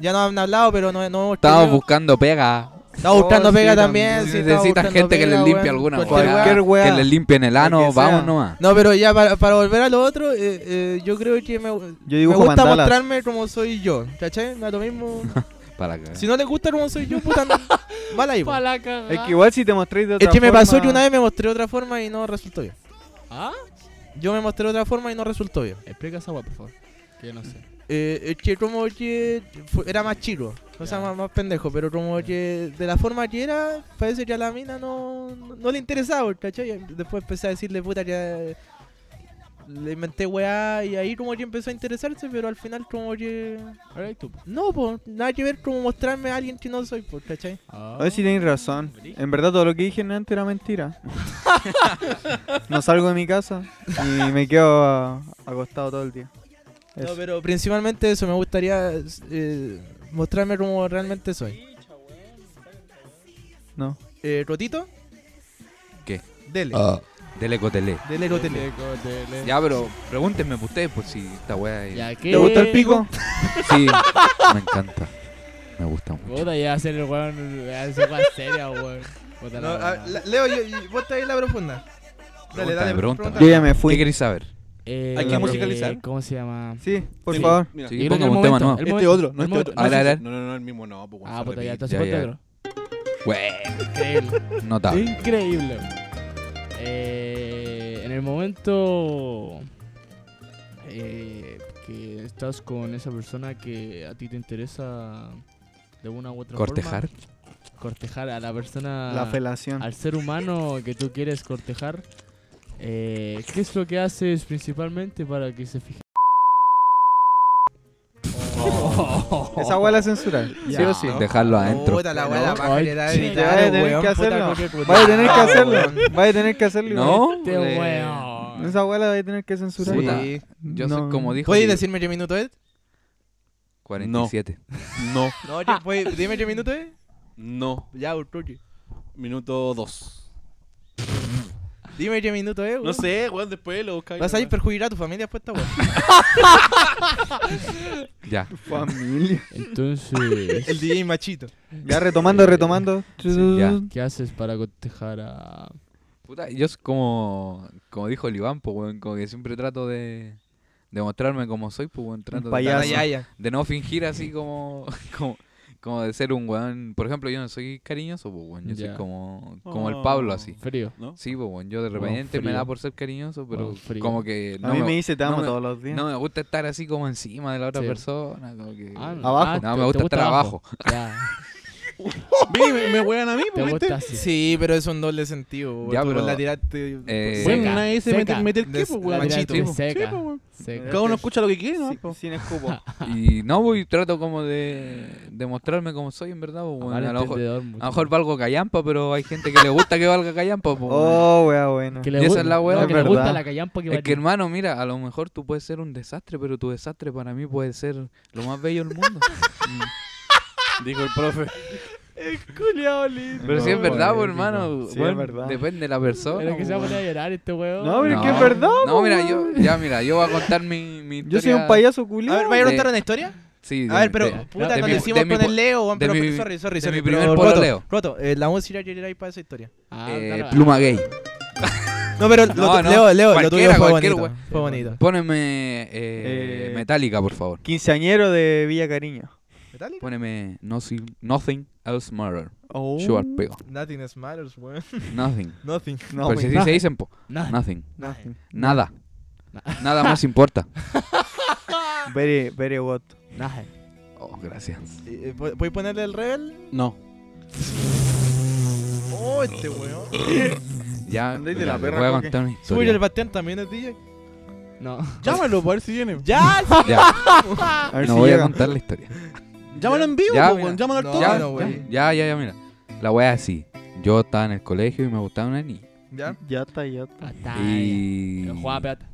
Ya nos han hablado, pero no, no hemos Estábamos tenido- buscando pega. Estamos buscando Oh, sí, pega también. también. sí, Si estamos necesitan buscando gente que les pega, limpie weón, alguna cualquier weá, weá. Cualquier weá. Que les limpien el Lo ano, que sea. vamos nomás. No, pero ya para, para volver a lo otro, eh, eh, yo creo que me, Yo me dibujo gusta mandalas. mostrarme como soy yo, ¿cachai? Me da lo mismo. Para acá. Si no les gusta como soy yo, puta, no- mala ahí. po. Pa' la cagada. Es que igual si te mostráis de otra Es que me forma- pasó que una vez me mostré otra forma y no resultó bien. ¿Ah? Yo me mostré otra forma y no resultó bien. Explica esa weá, por favor. Que no sé. Eh, es que como que fu- era más chico, o sea, Ya. más, más pendejo, pero como que de la forma que era, parece que a la mina no, no le interesaba, ¿cachai? Después empecé a decirle puta que le inventé weá y ahí como que empezó a interesarse, pero al final como que... Ahora y tú. po. No, pues nada que ver como mostrarme a alguien que no soy, pues, ¿cachai? Ah. A ver si tenéis razón. En verdad todo lo que dije antes era mentira. no salgo de mi casa y me quedo ah, acostado todo el día. No, Eso. pero principalmente eso, me gustaría eh, mostrarme como realmente soy. No. Eh, ¿Rotito? ¿Qué? Dele, Ah. Dele cotele. dele, rotele. Ya, pero pregúntenme por ustedes por si esta weá es- Ya, ¿qué? ¿Te gusta el pico? Sí, me encanta. Me gusta mucho. Puta, ya hacer el weón. Ya hacer weá seria, weón. Puta No, la a- weá. la- Leo, yo- yo- vos traes la profunda. Dale, Pregúntame, dale, pregúntame. Yo ya me ¿Qué fui. queréis saber? Eh, Hay que eh, musicalizar. ¿Cómo se llama? Sí, por Sí. favor. Mira, Sí, Yo creo que pongo el un tema momento, nuevo. el este momento, otro, no el este otro. momento. A No, ver, a sí, ver. sí. No, no, no, el mismo no, pues. Ah, puta, ya, repite. entonces Ya, ponte ya. otro. Wey, Increíble. notable. Increíble. Eh, en el momento eh, que estás con esa persona que a ti te interesa de una u otra Cortejar. forma. Cortejar a la Ah, persona, La felación. al ser humano que tú quieres cortejar. eh, ¿Qué es lo que haces principalmente para que se fije? Esa Oh. esa hueá la censura. Sí o sí. Dejarlo adentro. Puta la weá, la ¿No? paja le da Ay, Sí, vaya a gritar, tener weón, que puta, hacerlo. cualquier puta. Vaya a tener que hacerlo. Vaya a tener que hacerlo. Ah, No, Este Eh, weón. igual. Esa hueá la vaya a tener que censurar. Puta. Sí. yo No. sé como dijo. ¿Puedes Diego, decirme qué minuto es? 47. No, No, yo- ¿puedes- dime qué minuto es. no. Ya, Urtuche. Minuto 2. Dime qué minuto es, No weón. sé, weón, después lo buscáis. Ah, Vas a ir weón. perjudicar a tu familia después de esta weá. Ya. Familia. Entonces, El DJ machito. Ya retomando, retomando. Sí, ya. ¿qué haces para cotejar a.? Puta, yo es como, como dijo el Iván, pues, weón, como que siempre trato de, de mostrarme como soy, pues, weón, trato de- payaso. De, Ya, ya. de no fingir así como, como, como de ser un weón. Por ejemplo, yo no soy cariñoso, pues, weón, yo Ya. soy como, como el Oh. Pablo, así. Frío. Sí, pues, weón, yo de Weón repente me frío. da por ser cariñoso, pero Weón frío. como que A mí me dice te no amo me- todos los días. no me gusta estar así como encima de la otra Sí. persona, como que... Abajo. Eh, no, Ah, te- me te gusta estar abajo. Ya. Vi, me, me huean a mí, Te pues, gusta ¿viste? así. Sí, pero es un doble sentido, weón. Ya, Tú pero- la tiraste. pues, Eh, Bueno, Seca, nadie se seca. mete, mete el qué, Des- pues, weón. machito. Sí, pues. Seca. Sí, pues, weón. Eh, Seca. Cada uno escucha lo que quiere, ¿no? Sí, Po. sin escupo. Y no, voy trato como de, de mostrarme como soy, en verdad, pues, weón. Mal a lo mejor- entendedor, A lo mucho. mejor valgo callampa, pero hay gente que le gusta que valga callampa. po, weón. Oh, wea, buena. Que Y le esa gusta, es la weá, no, es que le verdad. gusta la callampa que va es que hermano, mira, a lo mejor tú puedes ser un desastre, pero tu desastre para mí puede ser lo más bello del mundo. Dijo el profe. pero si es verdad, po, hermano, Sí, es weón, verdad. depende de la persona. Pero que se va a po, poner a llorar este weón. No, pero es No. que es verdad. No, po, mira, yo, weón. ya mira, yo voy a contar mi, mi Yo soy historia- un payaso culiado. A ver, ¿vaya a de- contar una historia? Sí, A ver, pero de- puta, de cuando mi- hicimos de mi con po- eh, eh, el Leo, weón, de pero mi- sorry, sorry, de sorry. mi pero- primer Roto, pololeo. Roto, eh, la música que queráis para esa historia. Ah, eh, claro. pluma gay. No, pero No, lo tu- no, Leo, Leo, lo tuyo cualquiera, fue cualquier bonito. weón. Fue bonito. Póneme eh, Eh, metálica, por favor. Quinceañero de Villa Cariño. Póneme nothing, nothing else matter. Oh. Sugar pego. Nothing is matters, weón. Nothing. Nothing. No, Pero si wey. así se dicen, po. Nada. Nothing. Nothing. Nada. Nada más importa. Very, very what. Nada. Oh, gracias. Eh, eh, ¿pu- ¿Puedes ponerle el rebel? No. Oh, este weón. Ya, Andáis de mira, la les perra, voy a ¿por qué? contar una Uy, el historia. Bastián también es DJ. No. Llámalo para ver si viene. ¡Ya! Ya, A ver no si voy a llega. contar la historia. Llámalo en vivo, Ya, po, mira. weón. Llámalo al No, toque. ya, no, güey. ya, ya, ya, mira. La wea es así. Yo estaba en el colegio y me gustaba una niña. ¿Ya? Ya está, ya está. Hasta Y... ahí. Ah, Pero Jugaba pelota.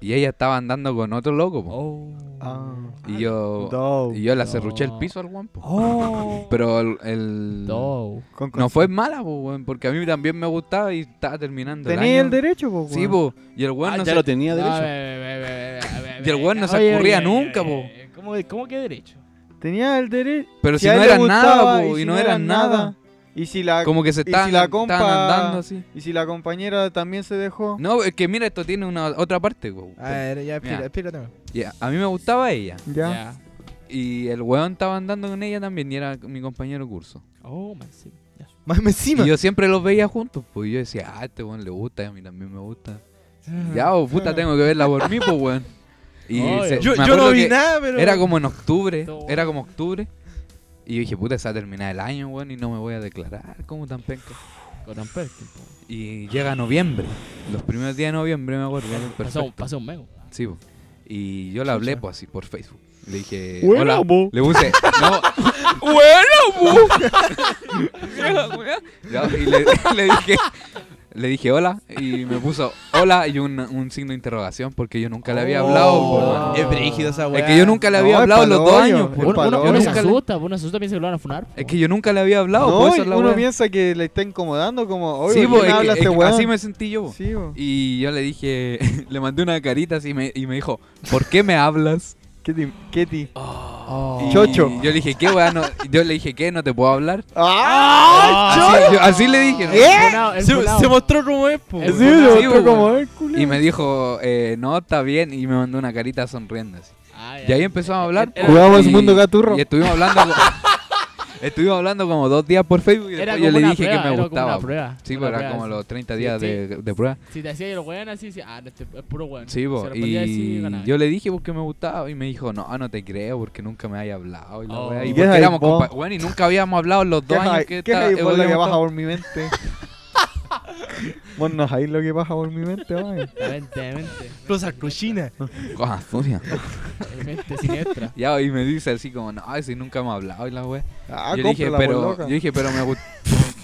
y ella estaba andando con otro loco, po. Oh. Ah. y yo Dope. y yo la No. cerruché el piso al guampo. Oh. Pero el, el- No. Con- con- no fue mala, po, weón, porque a mí también me gustaba y estaba terminando el Tenía año. el derecho, po. Sí, weón. po. Y el weón Ah, no ya se- lo tenía No, derecho. ve, ve, ve, ve, ve, ve, Y el weón no se Oye, ocurría oye, nunca, oye, ¿Cómo, ¿Cómo que derecho? Tenía el derecho. Pero si, a no él le era gustaba, nada, po, y, no si era nada. Y si la Como que se y si estaban, la estaban compa- andando así. y si la compañera también se dejó. No, es que mira, esto tiene una otra parte, po. A ver, ya, explícate. Mira. explícateme. Ya, a mí me gustaba ella. Ya. Y el weón estaba andando con ella también y era mi compañero de curso. Oh, man, sí. Ya. Más encima. Y yo siempre los veía juntos, pues. Y yo decía, ah, este weón le gusta, y a mí también me gusta. Ah. ya, oh, puta, tengo que verla por mí, pues, weón. Y Ay, se- yo- me Yo acuerdo no vi que nada, pero. Era como en octubre, Todo. era como octubre. Y yo dije, puta, se va a terminar el año, weón, y no me voy a declarar como tan penca. Conan Perkins, po. Y llega noviembre, los primeros días de noviembre, me acuerdo. Pasó, perfecto. pasó un mego. Sí, po. Y yo le hablé, pues, así, por Facebook. Le dije, Bueno, hola, po. le puse, no, Ya, y le, le dije, le dije hola y me puso hola y un, un signo de interrogación porque yo nunca le había hablado. po, weón. Oh. Es brígido esa Es weá. que yo nunca le No, había es hablado los dos palollo, años. es po. Uno, uno, palollo. Yo uno se nunca le- asusta, uno se asusta piensa que lo van a funar. es po. que yo nunca le había hablado. No, po, pues, esa es la uno weá. piensa que le está incomodando como, oye, Sí, ¿quién po, es que- habla es este que weón? así me sentí yo. po. Sí, po. Y yo le dije, le mandé una carita así y me, y me dijo, ¿por qué me hablas? ¿Qué ti- qué ti- Ah. Oh. Y Oh. Chocho. Yo le dije, ¿qué weá? No, yo le dije, ¿qué? ¿No te puedo hablar? ¡Ah! Así, yo- así le dije. ¿no? ¿Eh? Se, se mostró como es, po. El Sí, lo Sí, otro weón. como el culo. Y me dijo, eh, no, está bien. Y me mandó una carita sonriendo así. Ah, Y ahí empezamos Eh, a hablar. Era- Jugamos y- Mundo Gaturro. Y estuvimos hablando. co- estuvimos hablando como dos días por Facebook. Y después Era como yo le una dije prueba, que me era como gustaba. una prueba, sí, una pero era prueba, como sí. los 30 Sí, días sí. De, de prueba. Si te hacía el weón así, decía, ah, no, este es puro weón. Sí, po, Se lo podía decir, y ganaba. yo le dije porque me gustaba y me dijo, no, no te creo porque nunca me hayas hablado. Y, la Oh. wea, y ¿Y qué porque hay, éramos po? compa- bueno, y nunca habíamos hablado en los ¿Qué dos años hay- que ¿Qué está- hay por la que habíamos baja estado- por mi mente? Vos no sabéis lo que pasa por mi mente, eh. weón. Evidentemente. Rosa Cruchina. Coja furia. Mente siniestra. Ah, Ya, y me dice así como, no, si nunca me ha hablado y la wea. Ah, yo, le dije, cómprala, por pero, loca. yo dije, pero me gusta.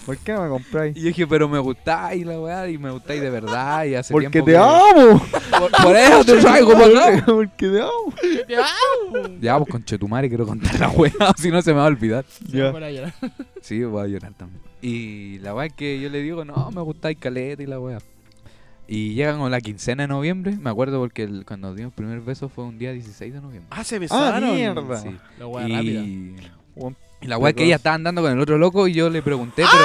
¿Por qué no me compráis? Y yo dije, pero me gustáis la weá, y me gustáis de verdad, y hace Porque tiempo te que- amo. Por, por eso te traigo para acá. Porque te amo. Ya, pues con Chetumare quiero contar la weá, si no se me va a olvidar. Ya. Para llorar. Sí, voy a llorar también. Y la weá es que yo le digo, no, me gustáis caleta y la weá. Y llegan con la quincena de noviembre, me acuerdo porque el- cuando nos dimos el primer beso fue un día 16 de noviembre. Ah, se Ah, besaron. mierda. Sí. La wea rápida. Y... Weón, y la weá es que ella estaba andando con el otro loco y yo le pregunté, pero...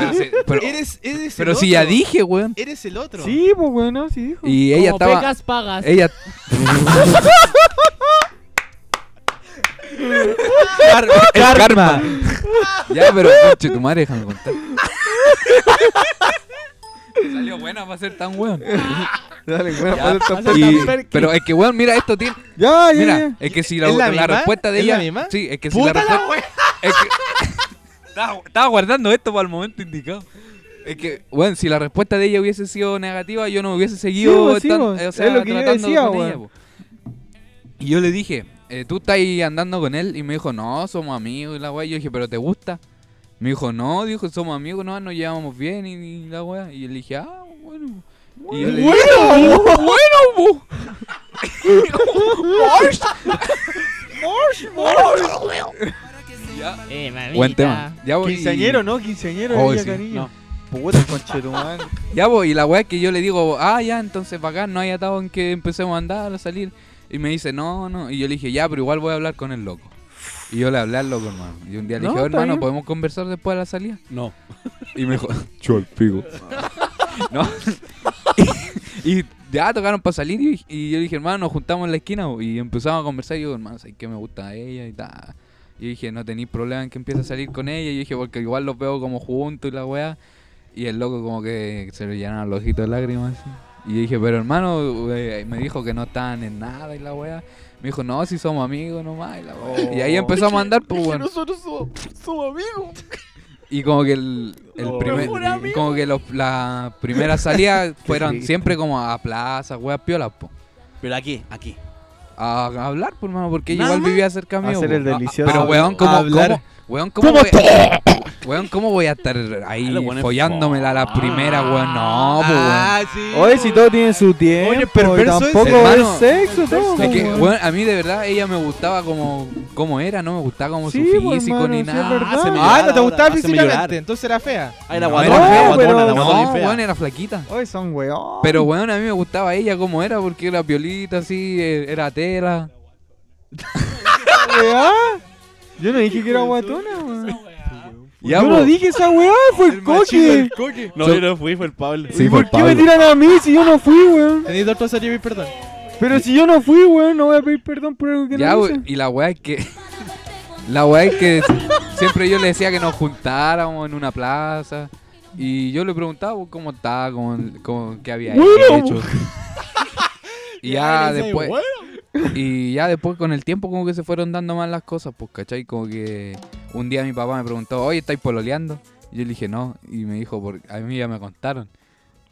Pero, se- pero- ¡Ah! Eres, eres pero el si otro. ya dije, weón. Eres el otro. Sí, pues weón, no, sí dijo. Y ella Como estaba... pecas, pagas. Ella. El karma. ya, pero coche, tu madre, déjame contar. Salió buena para ser tan weón. Dale, weón, Ya. pasa el tapete. Y- pero es que weón, mira, esto tiene. Ya, ya, Mira, ya. es que si la, ¿Es la la misma? respuesta de ¿Es ella. la misma? Sí, es que si la ¡Puta respuesta. la wea! Es que- estaba, estaba guardando esto para el momento indicado. Es que, bueno, si la respuesta de ella hubiese sido negativa, yo no hubiese seguido Sí, bo, sí, tan- bo. eh, o Es sea, lo que yo tratando decía, con ella. weón. bo. Y yo le dije, eh, ¿tú estás ahí andando con él? Y me dijo, no, somos amigos y la weá. Yo dije, ¿pero te gusta? Me dijo, no, dijo, somos amigos, no, nos llevamos bien y, y la weá. Y yo le dije, ah, bueno. Y yo le dije, Bueno, bo. bueno, Eh, mamita. bo. Buen tema. Ah, Ya, bo, y- Quinceañero, ¿no? Quinceañero de Oh, Villa sí. Canillo. No. Puta, conchetumán. Ya, bo, y la weá es que yo le digo, ah, ya, entonces bacán, no hay atado en que empecemos a andar, a salir. Y me dice, no, no. Y yo le dije, ya, pero igual voy a hablar con el loco. Y yo le hablé al loco, hermano. Y un día le No, dije, "Oh, está hermano, bien. ¿podemos conversar después de la salida? No. Y me dijo, chol, pico. no. y, y ya tocaron para salir. Y, y yo le dije, hermano, nos juntamos en la esquina. bo, Y empezamos a conversar. Y yo, hermano, ¿sabes qué me gusta ella? Y tal. Y dije, no tenéis problema en que empiece a salir con ella. Y yo dije, porque igual los veo como juntos y la weá. Y el loco como que se le llenaron los ojitos de lágrimas. así. Y yo dije, pero hermano, eh, me dijo que no estaban en nada y la weá. Me dijo, no, si somos amigos nomás y la weá. Y ahí Oh. empezamos a andar, pues bueno. Nosotros somos, amigos. Y como que el, el Oh. primer- Mejor amigo. como que los- la primera salida fueron triste. siempre como a plaza, weas piolas, po. ¿Pero aquí? Aquí. A, a hablar, por hermano, porque ella Nada igual más. vivía cerca mío. Hacer po. el A- a- delicioso. Pero weón, ¿cómo, A hablar. cómo- weón, ¿cómo voy a, weón, ¿cómo voy a estar ahí Ah, Lo pone Ah, follándomela a la primera, weón? No, po, weón. Ah, sí. Oye, si todo tiene su tiempo. Oye, y perverso es- Tampoco Hermano, es sexo, todo. ah, Es que, weón. weón, a mí de verdad ella me gustaba como, como era, no me gustaba como Sí, su po, físico hermano, ni sí es nada. verdad. se me Ah, no te Ahora, gustaba haceme llorar. físicamente, entonces era fea. Ah, era No, guatona, era era feo, guatona, la pero- guatona No, y fea. weón, era flaquita. Oye, son weón. Pero bueno, a mí me gustaba ella como era, porque era piolita así, eh, era tela. weá. Yo no dije que era guatona, weón. Ya, Yo po. no dije esa weá, fue el coche. No, yo no fui, fue el Pablo. Sí, ¿Por qué me tiran a mí si yo no fui, weón? Tenéis dos cosas que perdón. Pero si yo no fui, weón, no voy a pedir perdón por algo que Ya, no we- hice. y la weá es que. La weá es que siempre yo le decía que nos juntáramos en una plaza. Y yo le preguntaba pues, cómo estaba, cómo, cómo- qué había Bueno. hecho. Y ya después. Y ya después con el tiempo como que se fueron dando más las cosas, pues, ¿cachai? Como que un día mi papá me preguntó, oye, ¿estáis pololeando? Y yo le dije, no. Y me dijo, porque a mí ya me contaron.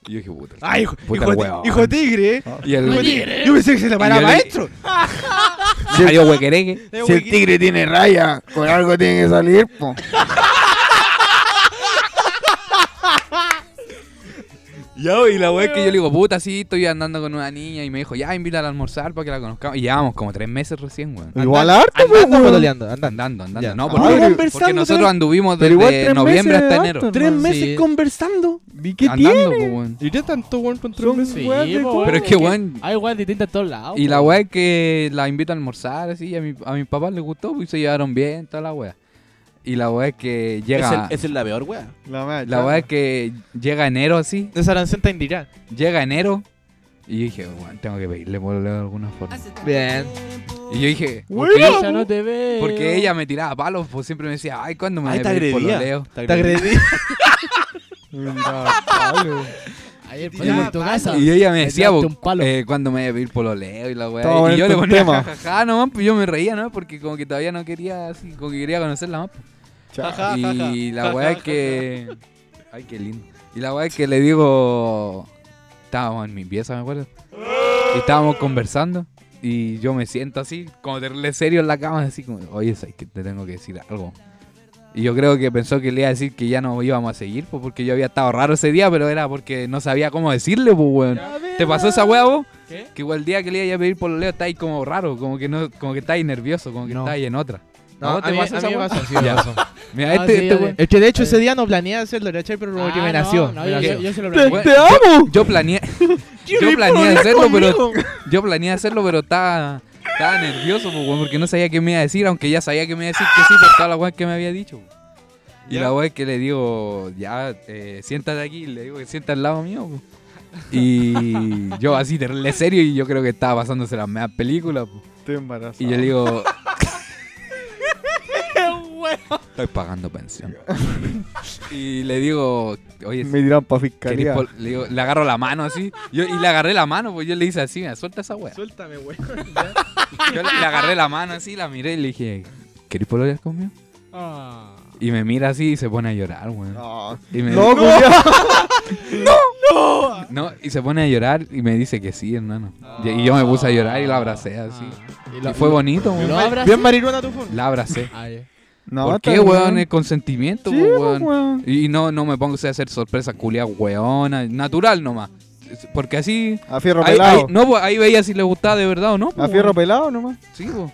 Y yo dije, puta. Ay, Ah, hijo, Puta hijo el ti- weón. hijo tigre. eh. Y el Yo pensé que se le paraba yo le- adentro. "Ah". salió huequereque. Si el tigre. tiene raya, con algo tiene que salir, po. Ya, y la wea Pues es que yo le digo, puta, sí, estoy andando con una niña. Y me dijo, ya, invítala a almorzar para que la conozcamos. Y llevamos como tres meses recién, weón. Igual harto, po, Andando weón. pololeando, andando. Andando, andando. Ya. No, Mm. Ah, porque, conversando porque nosotros tres- anduvimos Pero igual desde tres noviembre meses hasta es enero. harto, Tres hermano. meses Sí. conversando. ¿Y qué andando, tiene? Ah, pues, weón. ¿Y qué tanto weón con tres Son meses? weas de po, todo. Pero es que, weón, Hay weas distintas a todos lados. Y po. la wea es que la invita a almorzar, así, y a mi, a mi papá le gustó, pues, y se llevaron bien, toda la wea. Y la wea es que Es llega... el- es el la peor, wea. La wea, la wea es que llega enero, así, De Sarancenta Indirá. llega enero, y yo dije, weón, tengo que pedirle por de alguna forma. Bien. Y yo dije, Weón. porque, Ya no te ve. porque ella me tiraba palos, pues siempre me decía, ay, ¿cuándo me Ah, voy a está pedir agredida. pololeo?" Te agredí. Ayer pasamos en tu casa. Y ella me decía, "Bo- tiraste un palo". eh, ¿cuándo me voy a pedir pololeo? Y la wea. Estaba y yo bonito le el ponía tema. jajaja, nomás, pues yo me reía, ¿no? Porque como que todavía no quería, así, pues. como que quería conocerla más. Chao. Y la weá es que. Ay, qué lindo. Y la weá es que le digo. Estábamos en mi pieza, me acuerdo. Y estábamos conversando. Y yo me siento así, como terrible serio en la cama, así como, oye, ¿sabes que te tengo que decir algo. Y yo creo que pensó que le iba a decir que ya no íbamos a seguir, pues porque yo había estado raro ese día, pero era porque no sabía cómo decirle, pues, weón. ¿Te pasó esa hueá, vos? ¿Qué? Que igual el día que le iba a pedir por Leo está ahí como raro, como que no, como que está ahí nervioso, como que No. está ahí en otra. No, ¿No? a ¿Te mí- pasó a esa mí me hueá? pasó, sí me Ya. pasó. Mira, Ah, este, sí, este ya, weón- Es que de hecho ese día no planeé hacerlo, ¿cachai? Pero Ah, como que me nació. Ah, No, me yo, nació. yo, yo se lo pregunté. Bueno, yo, yo planeé. Yo planeé hacerlo, pero. Yo planeé hacerlo, pero estaba. Estaba nervioso, pues, weón, porque no sabía qué me iba a decir, aunque ya sabía que me iba a decir que sí por toda la weá que me había dicho. pues. Y la weá es que le digo, ya, eh, siéntate aquí, le digo que sienta al lado mío. pues. Y yo así, de serio, y yo creo que estaba pasándose las meas películas. pues. Estoy embarazado. Y yo le digo. Estoy pagando pensión. y le digo, oye, Me dirán para ¿querés fiscalía. pol- le, digo- le agarro la mano así. Yo, y le agarré la mano, pues yo le hice así, mira, suelta esa wea. Suéltame, güey. Yo le, le agarré la mano así, la miré y le dije, ¿querés pololear conmigo? Ah. Y me mira así y se pone a llorar, weón. No, Y me- no, culiao. no, y se pone a llorar y me dice que sí, hermano. Y- Y yo me puse a llorar y la abracé así. Y Ah. Y fue bonito, weón. ¿Lo abras? Bien marilona tu forma. La abracé. Ah, ya. No, ¿Por está qué, bien. weón? El consentimiento, Sí, pues, po, weón. weón. Y y no, no me pongas a hacer sorpresas culiadas, weona. Natural nomás. Porque así. A fierro Ahí, pelado. ahí- no, po, ahí veía si le gustaba de verdad o no. po, A fierro weón. pelado nomás. Sí, po.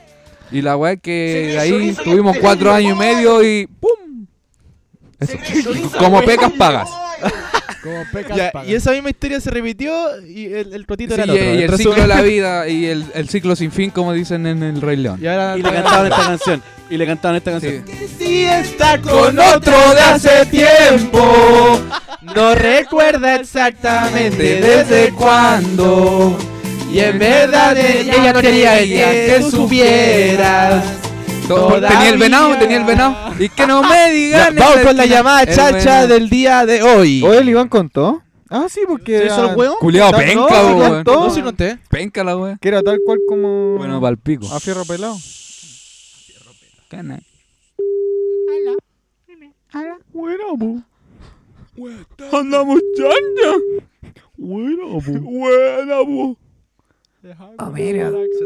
Y la weá es que ahí tuvimos cuatro años y medio y. ¡Pum! Eso. Como pecas pagas. Como pecas Ya, pagas. y esa misma historia se repitió y el, el rotito Sí, era el y, otro. y el Entonces, ciclo de la vida y el, el ciclo sin fin, como dicen en El Rey León. y ahora Y le cantaban esta canción. Y le cantaban esta Sí. canción. Sí está con otro de hace tiempo. No recuerda exactamente desde cuándo. Y en verdad ella, no quería que tú supieras. Todavía. Tenía el venado, tenía el venado. Y que no me Ya, digan. vamos esa con la esquina. llamada El chacha venado. del día de hoy. ¿Oye, el Iván contó? Ah, sí, porque. ¿Se hizo el era- hueón? Culeado No, penca, no, weón. no, No, si no te. Penca la wea. Que era tal cual como. Bueno, pa'l pico. Ah, A fierro pelado. Cana. Bueno, bu. Andamos chanja. Bueno, bu. Bueno, bu. Se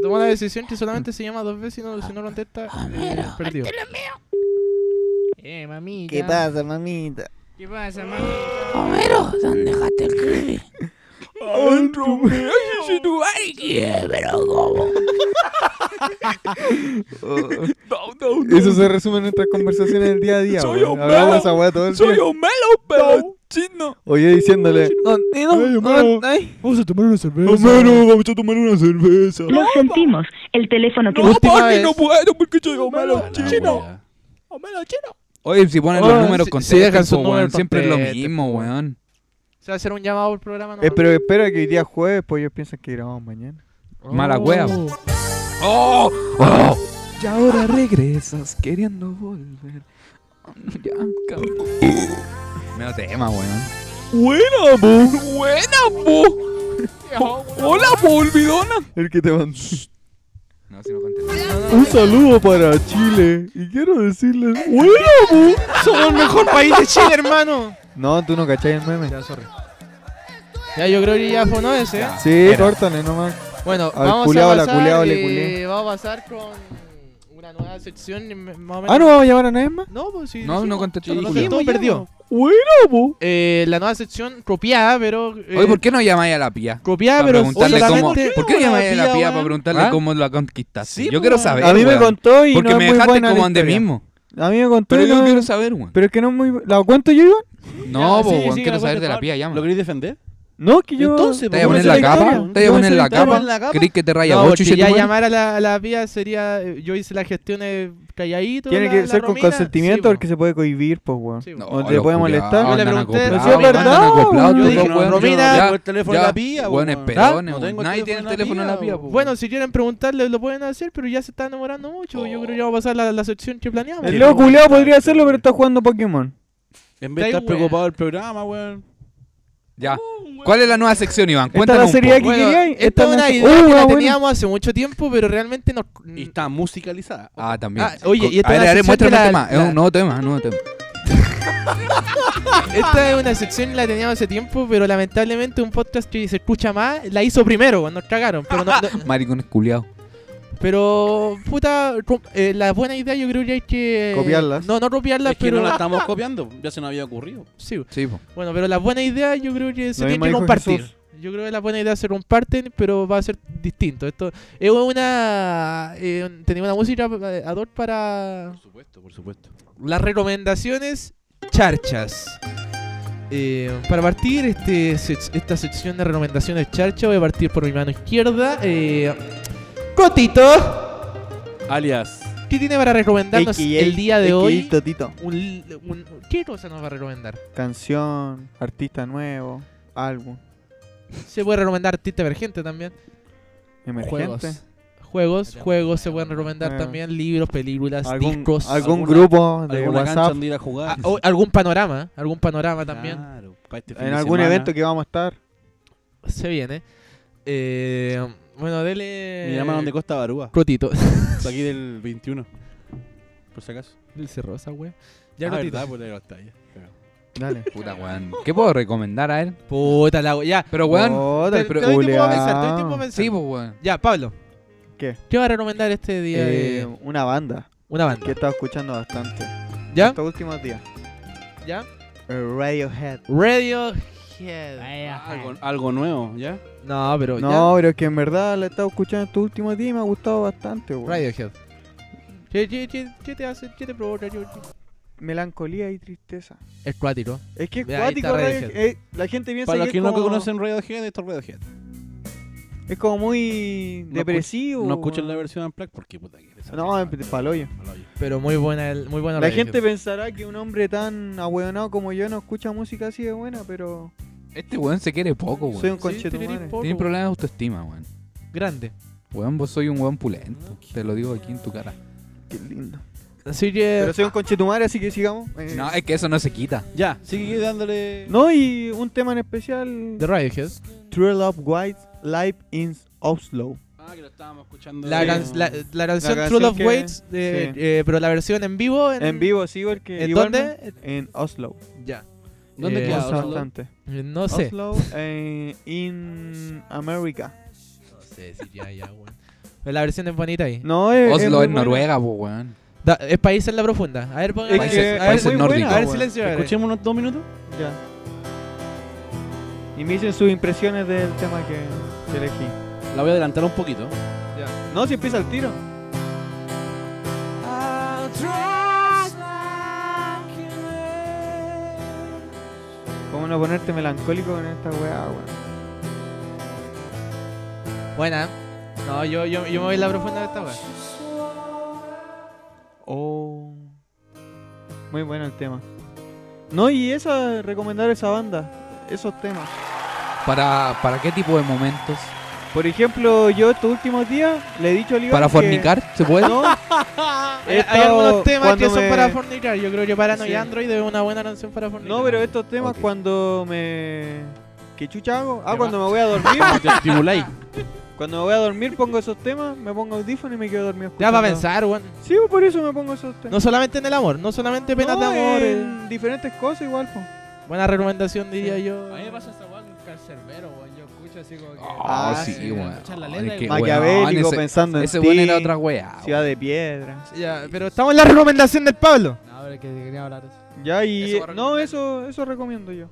tomó la decisión que solamente se llama dos veces y no, si no lo contesta, eh, perdido. Eh, mamita. pasa, mamita? ¿Qué pasa, mamita? Eso se resume en nuestras conversaciones del día a día. Soy Hablamos de esa weá todo el día. Soy Homero, pero chino. Oye, diciéndole. Uh, Vamos a tomar una cerveza. Homero, vamos a tomar una cerveza. Lo sentimos. El teléfono que Última vez. puedo porque soy Homero chino. Homero, chino. Oye, si ponen Oh, los números si- con pues, si dejan su número weón. Siempre es lo contexto, mismo, weón. Se va a hacer un llamado al programa. ¿no? Eh, pero espera que hoy día es jueves, pues ellos piensan que grabamos mañana. Mala wea. Oh. ¡Oh! ¡Oh! Y ahora regresas queriendo volver. Ya, cabrón. Medio tema, weón. Buena, bu. Buena, bu. Hola, bu, olvidona. El que te mandó. No, si no conté. Un saludo para Chile. Y quiero decirles. Bueno, bu. somos el mejor país de Chile, hermano. No, tú no cachai el meme. Ya, sorry. Ya, yo creo que ya fue no ese. ¿eh? Sí, Era. córtale nomás. Bueno, Al vamos culiao, a la pasar, culiao, le eh, culié. vamos a pasar con una nueva sección. y me- más o menos- Ah, no vamos a llamar a nadie más. No, pues sí. No, dijimos. no contestó Sí, pues el no culiao. contestó, perdió. Bueno, Eh, la nueva sección copiada, pero. eh, Oye, ¿por qué no llamáis a la pía? Copiada, Para Ah, pero. preguntarle cómo. solamente- ¿Por qué no llamáis a la pía weón? para preguntarle ¿Ah? cómo la conquistaste? Sí, yo quiero weón. saber. A mí me weón. contó y Porque no me es muy dejaste buena la como ande historia. mismo. A mí me contó Pero y no- yo quiero saber, weón. Pero es que no es muy... bu- ¿La cuento yo, Iván? No, Ya, po, sí, weón, sí, quiero la saber de cuenta, la pía, llama. ¿Lo queréis defender? No, que yo... Entonces, ¿Te voy a poner No la sé la capa? historia. ¿Te voy a No poner sé la la historia. capa? ¿Crees que te raya No, bocho porque y ya llamar a la, a la vía sería. eh, Yo hice las gestiones calladito. Tiene la- que la ser con Romina. consentimiento Sí, porque se puede cohibir, pues, weón. Sí, No te puede molestar. Yo le pregunté, si es verdad, Yo dije, no, Romina, ya, tengo pues". el teléfono ya. en la pía, Bueno, weón. esperones, ¿Ah? No weón. tengo el Nadie tiene el teléfono en la pía, weón. Bueno, si quieren preguntarle, lo pueden hacer, pero ya se están demorando mucho. Yo creo que ya va a pasar la, la sección que planeamos. El Leo culeado podría hacerlo, pero está jugando Pokémon. En vez de Está estar ahí, preocupado del programa, weón. Ya. ¿Cuál es la nueva sección, Iván? Esta es Cuéntanos la un serie que poco. Bueno, queríais. esta es me una hace- idea ¡Oh, que la ah, bueno! teníamos hace mucho tiempo, pero realmente nos... Y está musicalizada. Ah, también. Ah, oye, y esta a es la ver, a ver, sección muéstrame de el la- tema. Es la- un nuevo tema, un nuevo tema. Esta es una sección que la teníamos hace tiempo, pero lamentablemente un podcast que se escucha más la hizo primero, nos cagaron. Pero, no- no- Maricón es culiao. pero puta, com- eh, la buena idea yo creo que hay que. eh, Copiarlas. No, no copiarlas, Es que pero. no la estamos copiando, ya se nos había ocurrido. Sí, Sí, po. bueno, pero las buenas ideas yo creo que se Lo tienen mismo que dijo compartir. Jesús. Yo creo que las buenas ideas se comparten, pero va a ser distinto. Esto es una. eh, un- tenía una música eh, ad hoc para. Por supuesto, por supuesto. Las recomendaciones charchas. Eh, para partir este, sec- esta sección de recomendaciones charcha, voy a partir por mi mano izquierda. Eh, Cotito, Alias. ¿qué tiene para recomendarnos AKA, el día de AKA, hoy? Totito. Un, un- ¿Qué cosa nos va a recomendar? Canción, artista nuevo, álbum, Se puede recomendar artista emergente también. emergente. Juegos. Juegos, juegos se pueden recomendar Ah. también, libros, películas, Algún, discos. algún alguna- grupo de ¿Alguna cancha WhatsApp. donde ir a jugar? Ah, o algún panorama, algún panorama también. Claro, para este fin En de algún semana. evento que vamos a estar. Se viene. Eh, bueno, dele. Me llamaron de Costa Barúa, Cotito. de aquí del 21. Por si acaso. El cerro esa wea. Ya Ah, Cotito. verdad, por ahí no está ya. Claro. Dale. Puta, weón. ¿Qué puedo recomendar a él? Puta la wea. Ya. Pero, weón. Puta, Te- pero te doy tiempo para culeao. pensar, te doy tiempo para pensar. Sí, po, weón. Ya, Pablo. ¿Qué? ¿Qué va a recomendar este día? Eh, de una banda una que he banda. estado escuchando bastante ¿Ya? estos últimos días. ¿Ya? Eh, Radiohead. Radiohead. Ah, Algo, algo nuevo, ¿ya? No, pero. No, pero es que en verdad la he estado escuchando estos últimos días y me ha gustado bastante. ya. weón. Radiohead. ¿Qué, qué- qué- qué te hace? ¿Qué te provoca? ¿Qué- qué- Melancolía y tristeza. Es cuático. Es que es Ve, ahí cuático, está Radiohead. Radiohead. Eh, la gente piensa Para los que, que es no como- conocen Radiohead, esto es Radiohead. Es como muy No escuch- depresivo. No escuchen la weón. versión en Black porque puta que les- No, es pa'loyo. Pa'loyo. Pero muy buena. el- Muy buena La Radiohead. gente pensará que un hombre tan ahueonado como yo no escucha música así de buena, pero Este weón se quiere poco, soy weón. un conchetumare. Tiene problemas de autoestima, weón. grande. Weón, vos soy un weón pulento. Te lo digo aquí en tu cara. Qué lindo. Así que. Pero soy un conchetumare, así que sigamos. Eh, No, es que eso no se quita. Ya, sigue dándole. no, y un tema en especial. De Radiohead. True Love White Live in Oslo. Ah, que lo estábamos escuchando. La, de- can- la, la canción La True canción Love que- Waits, eh, sí. eh, pero la versión en vivo. En, En vivo, sí, porque. ¿En igual dónde? me- En Oslo. Ya. ¿Dónde Eh, queda Oslo. Oslo? bastante. Eh, No sé. Oslo, eh, in America. No sé si ya, ya, weón. Pero La versión es bonita ahí. No, es. Eh, es Oslo muy es buena. Noruega, po, weón. Da- es país en la profunda. A ver, ponga- Es a ver, que a ver, países es muy nórdicos, buena, a ver, weón. silencio. a ver. Escuchemos unos dos minutos. Ya. Y me dicen sus impresiones del tema que, que elegí. La voy a adelantar un poquito. No, si empieza el tiro. ¿Cómo no ponerte melancólico con esta weá, weón? Buena. No, yo, yo, yo me voy a la profunda de esta weá. Oh. Muy bueno el tema. No, y esa, recomendar esa banda, esos temas. ¿Para, ¿Para qué tipo de momentos? Por ejemplo, yo estos últimos días le he dicho a Oliver ¿Para que- fornicar? ¿Se puede? No, Hay, he hay estado- algunos temas que cuando son me- para fornicar. Yo creo que Paranoia Sí. Android es una buena canción para fornicar. No, pero este estos temas Ok. cuando me... ¿Qué chucha hago? Ah, Te cuando me voy a dormir. Te estimuláis. Cuando me voy a dormir pongo esos temas, me pongo audífono y me quedo dormido. Te da para escuchando. pensar, weón. Sí, pues, por eso me pongo esos temas. No solamente en el amor, no solamente penas de No, amor. eh. en diferentes cosas igual, po. Buena recomendación, diría yo. A mí me pasa esta weá con Carcerbero, weón. Yo escucho así como que. Ah, Ah, sí, sí, weón. escuchan la Es letra y- que, Maquiavélico, weón, ese- pensando en Ese ti, weón era otra weá. Ciudad de piedra. Ya, pero estamos en la recomendación del Pablo. No, pero es que quería hablar de eso. Ya, y... eh, Eso va a no, recomendar. eso eso recomiendo yo.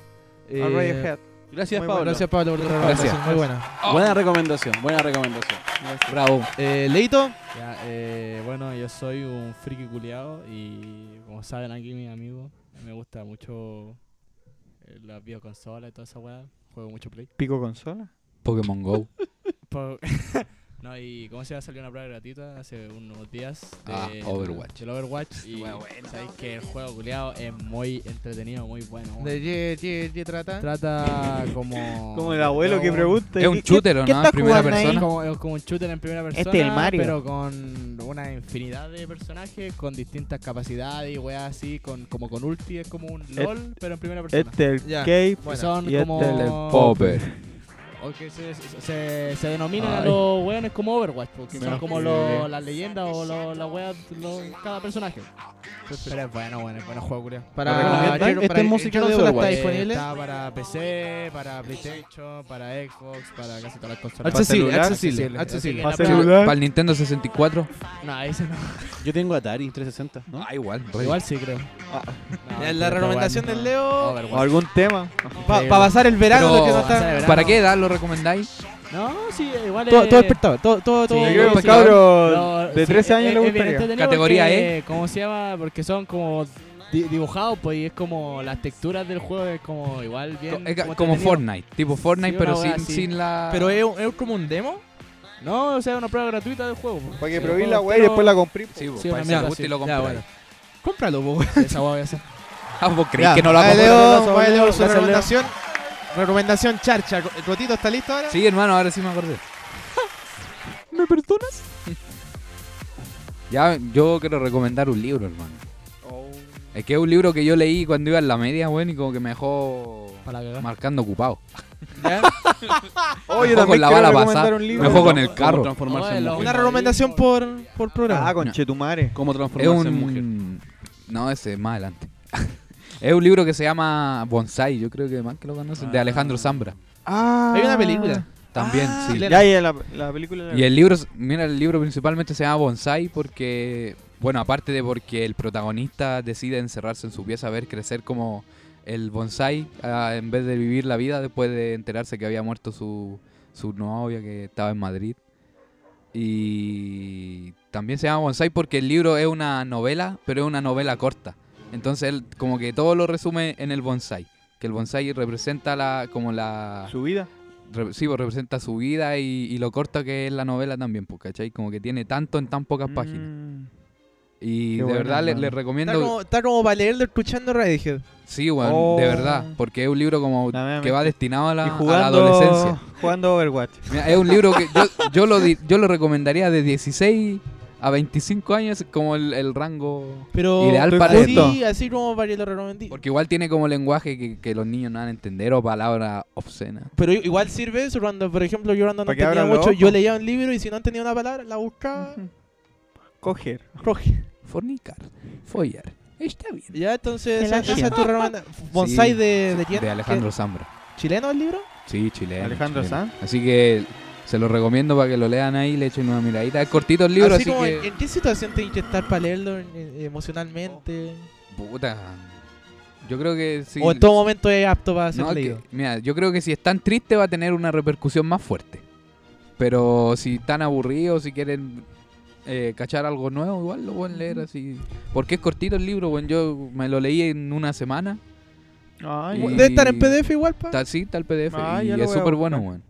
Eh, A Radiohead. Gracias, Muy Pablo. Gracias, Pablo, por tu Gracias. recomendación. Muy buena. Buena recomendación, buena recomendación. Bravo. Eh, Leito, Ya, eh, bueno, yo soy un friki culiado y como saben aquí mis amigos, me gusta mucho eh, las videoconsolas y toda esa weá. Juego mucho Play. Pico consola. Pokémon Go. Po- no, y cómo se va a salir una prueba gratuita hace unos días de Ah, Overwatch. Del Overwatch y sabéis que el juego culiado es muy entretenido, muy bueno. weón. ¿de qué, qué- qué trata? Trata como. Como el abuelo como- que pregunta. Es un chute shooter, ¿o qué ¿no? estás En primera jugando ahí? Es persona. como, es como un shooter en primera persona. Este es el Mario. Pero con una infinidad de personajes con distintas capacidades y weas así, con, como con ulti. Es como un LOL, pero en primera persona. Este, el Ya, Cape. son y este como. es el Popper. O que se, se, se denominan a Ay. los weones como Overwatch, porque son Menos como que- los- las leyendas o los- las weas, los- cada personaje. Pero es bueno, bueno, es bueno juego, culiao. Para, recomiendan? para- Esta para- es ¿en música qué de consola Eh, está Overwatch. disponible? Eh, Está para PC, para PlayStation, para Xbox, para casi todas las consolas. Accesible, celular, accesible, Accesible. accesible. Pa' Así que la prueba- Para celular. el Nintendo 64. No, ese no. Yo tengo Atari 360, ¿no? Ah, igual. Igual sí creo. No, Ya, sí, La pero recomendación bueno, del no. Leo. ¿O Overwatch. algún tema? Para pasar el verano, Pero- lo que no está- Pasar el verano. ¿Para qué edad lo recomendáis? No, sí, igual Todo, es- todo despertado, todo, todo, todo. Sí, Yo creo creo que que sí. cabros de sí, este 13 años es- le es bien gustaría. entretenido Categoría porque, ¿Cómo se llama? Porque son como di- dibujados, pues, y es como las texturas del juego es como igual bien. Co- eh, ca- Como entretenido. Fortnite. Tipo Fortnite, Sí, pero una wea sin, así. sin la. Pero es, un- es como un demo. No, o sea, una prueba gratuita del juego. pues. Para que El probéis juego la weá y entero- después la oh. compré. Sí, pues, Sí, para una que se mierda guste y así. lo Ya, compráis. bueno. Cómpralo, po. Esa weá voy a hacer. Ah, vos creéis Ya. que no la Ahí vamos a Leo, Abrazo, ahí Leo, Leo. su Gracias, recomendación. Recomendación charcha. ¿El Cotito está listo ahora? Sí, hermano, ahora sí me acordé. ¿Me perdonas? ya, yo quiero recomendar un libro, hermano. Oh. Es que es un libro que yo leí cuando iba en la media, bueno, y como que me dejó Para la cagada. marcando ocupado. me dejó Oye, con también la quiero bala recomendar pasada, un me libro. dejó con el Cómo carro. transformarse Oye, en lo- mujer. Una recomendación por, por programa. Ah, conchetumare. Cómo Es transformarse en mujer. un... No, ese es más adelante. es un libro que se llama Bonsai, yo creo que más que lo conocen, de Alejandro Zambra. Ah. Hay una película. También, Ah, sí. chilena. Ya, ya, la, la película. Y el libro, mira, el libro principalmente se llama Bonsai porque, bueno, aparte de porque el protagonista decide encerrarse en su pieza a ver crecer como el bonsai, ah, en vez de vivir la vida después de enterarse que había muerto su, su novia que estaba en Madrid. Y también se llama Bonsai porque el libro es una novela, pero es una novela corta. Entonces él como que todo lo resume en el bonsai. Que el bonsai representa la, como la Su vida. re- sí, pues, representa su vida y, y lo corta que es la novela también, pues, ¿cachai? Como que tiene tanto en tan pocas páginas. Mm. Y qué de bueno, verdad le- les hermano. Está recomiendo. como, está como para leerlo escuchando Radiohead. Sí, weón, Oh. de verdad. Porque es un libro como La mea que va mente. destinado a la, Y a la jugando, adolescencia. jugando Overwatch. Mira, es un libro que yo, yo, lo, di- yo lo recomendaría de 16 a 25 años como el, el rango. Pero Ideal pero para así, esto. así como para que lo recomendí. Porque igual tiene como lenguaje que, que los niños no van a entender o palabras obscenas. Pero i- igual sirve eso cuando, por ejemplo, yo cuando no Para que entendía abran los mucho, yo ojos. leía un libro y si no entendía una palabra, la buscaba. Coger. Roge. Fornicar, follar. Está bien. Ya, entonces, esa, Relaja. esa es tu recomendación. Bonsai Sí, de, de quién? De Alejandro Zambra. ¿Qué- ¿Chileno el libro? Sí, chileno. Alejandro chileno. Así que se lo recomiendo para que lo lean ahí, le echen una miradita. Es cortito el libro, así así, como, que. ¿en qué situación tenés que estar para leerlo eh, emocionalmente? Puta. Yo creo que sí. ¿O en todo momento es apto para ser No, que- leído? mira, yo creo que si están tristes va a tener una repercusión más fuerte. Pero si están aburridos, si quieren eh, cachar algo nuevo, igual lo pueden leer así. Porque es cortito el libro, bueno, yo me lo leí en una semana. Ay, Y- bueno. Debe estar en PDF igual, pa. Está así, está el PDF. Ah, y ya lo es voy a súper bueno, buscar. weón.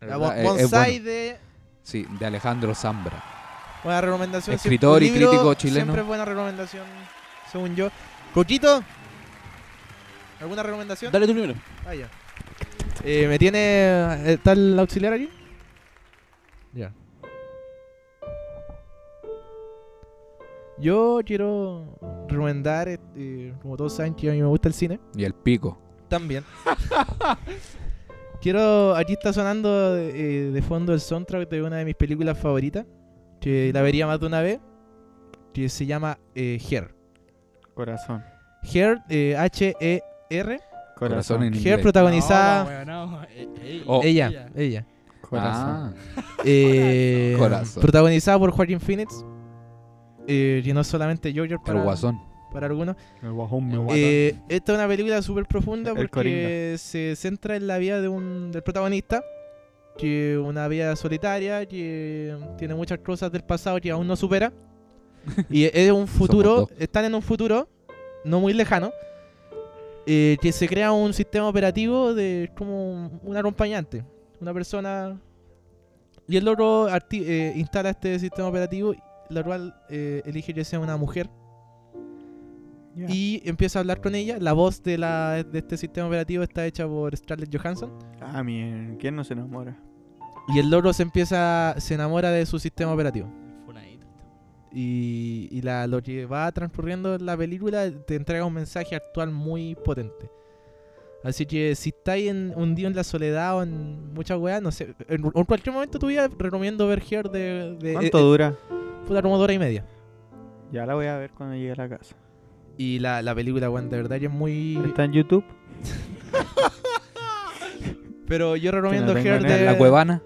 De La verdad, bon- es- eh, es Bonsai bueno. de... Sí, de Alejandro Zambra. Buena recomendación. siempre- Escritor y libro crítico chileno. Siempre es buena recomendación, según yo. Coquito, ¿alguna recomendación? Dale tú primero. Ah, ya. Eh, ¿Me tiene. ¿Está el auxiliar aquí? Ya. Yo quiero recomendar, eh, como todos saben, que a mí me gusta el cine. Y el pico. También. Quiero. Aquí está sonando eh, de fondo el soundtrack de una de mis películas favoritas. Que la vería más de una vez. Que se llama eh, Her. Corazón. Her, eh, H-E-R. Corazón en Her inglés. protagonizada. No, no, weón, no. Eh, eh, Oh. Ella, ella. Ah, Corazón. Eh, Corazón. Protagonizada por Joaquin Phoenix. Eh, que no es solamente Joker el para, guasón. para algunos. El guajón, mi guatón. Eh, esta es una película súper profunda El porque Coringa. se centra en la vida de un, del protagonista, que una vida solitaria, que tiene muchas cosas del pasado que aún no supera. y es un futuro, Somos están en un futuro no muy lejano, eh, que se crea un sistema operativo de como un, un acompañante, una persona... Y el loco arti- eh, instala este sistema operativo, la cual eh, elige que sea una mujer Ya. y empieza a hablar con ella. La voz de, la, de este sistema operativo está hecha por Scarlett Johansson. Ah, miren, ¿quién no se enamora? Eh, Y el loro se empieza, se enamora de su sistema operativo. funadito. Y, y la, lo que va transcurriendo en la película te entrega un mensaje actual muy potente. Así que si estáis en, hundido en la soledad o en muchas weas, no sé, en, en cualquier momento de tu vida recomiendo ver Here de... de ¿Cuánto eh, dura? eh, puta, como de hora y media. Ya la voy a ver cuando llegue a la casa. Y la, la película, weón, de verdad que es muy... ¿Está en YouTube? Pero yo recomiendo tengo Here nada. de... La cuevana.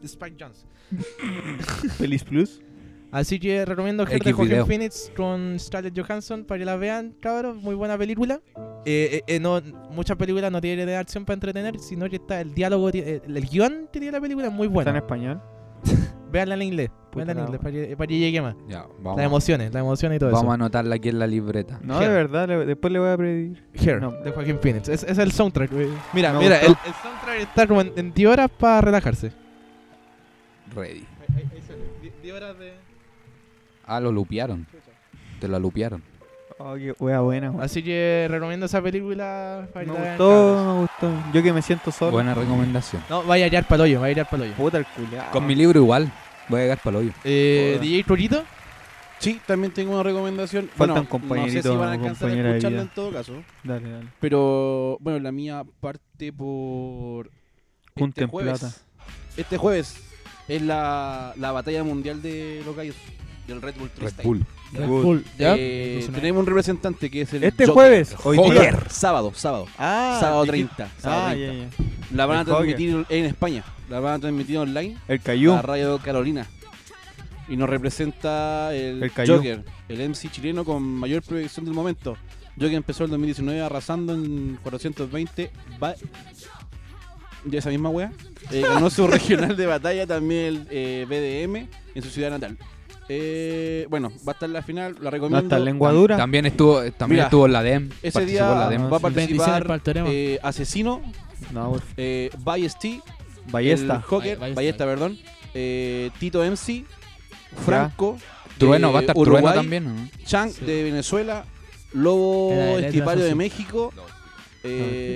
de Spike Jones. ¿Feliz Plus? Así que recomiendo Her de X Joaquin video. Phoenix con Scarlett Johansson para que la vean, cabros. Muy buena película. Eh, eh, eh, no, muchas películas no tienen de acción para entretener, sino que está el diálogo, ti- eh, el, guión que tiene la película es muy ¿Está en bueno. español? Veanla en inglés, Puta veanla en la inglés wea. para que, para que llegue más. Ya, Las vamos. emociones, las emociones y todo Vamos a anotarla aquí en la libreta. No, Here. de verdad, le- después le voy a pedir. eso. Her no. de Joaquin Phoenix. Es, es el soundtrack. güey. Mira, Me mira, el, gustó. el soundtrack está como en, en 10 horas para relajarse. Ready. 10 horas de... Ah, lo lupearon. Te la lupearon. Oh, qué wea buena. wea. Así que recomiendo esa película para Me que la vean, cabros. gustó, me gustó. Yo que me siento solo. Buena recomendación. No, vaya a hallar para hoyo, vaya a hallar para hoyo. Puta el culiao. Con mi libro igual. Voy a llegar para el hoyo. Eh, Joder. DJ Trollito, Sí, también tengo una recomendación. Falta bueno, un compañerito, No sé si van a alcanzar a compañera de vida. escucharla en todo caso. Dale, dale. Pero bueno, la mía parte por. Punta en plata. jueves. Este jueves es la, la batalla mundial de los gallos. Del Red Bull Red Freestyle. Bull. Good. ¿ya? Eh, Entonces, tenemos un representante que es el. Este Joker. jueves, hoy Joker. día. Sábado, sábado. Ah, sábado dijiste- 30. sábado Ah, 30. ya, ya. La van a El Joker. transmitir en España. La van a transmitir online. El La Cayú. Radio Carolina. Y nos representa el, El Cayú. Joker, el MC chileno con mayor proyección del momento. Joker empezó el 2019 arrasando en 420. ba- de esa misma wea. Eh, ganó su regional de batalla, también el eh, BDM, en su ciudad natal. Eh, bueno, va a estar la final, la No recomiendo. está lengua dura. También estuvo, eh, también Mira, estuvo en la DEM. Ese participó día en la DEM. va a Bendiciones para participar el teorema. eh, Asesino, No, por- eh, Ballesti, el Ballesta. Joker, Ba- Ballesta. Ballesta, perdón. eh, Tito MC, Franco. Trueno, de va a estar Uruguay, Trueno también. ¿o ¿no? Chang Sí. de Venezuela, Lobo Era de letras, Estipario de sí. México, eh,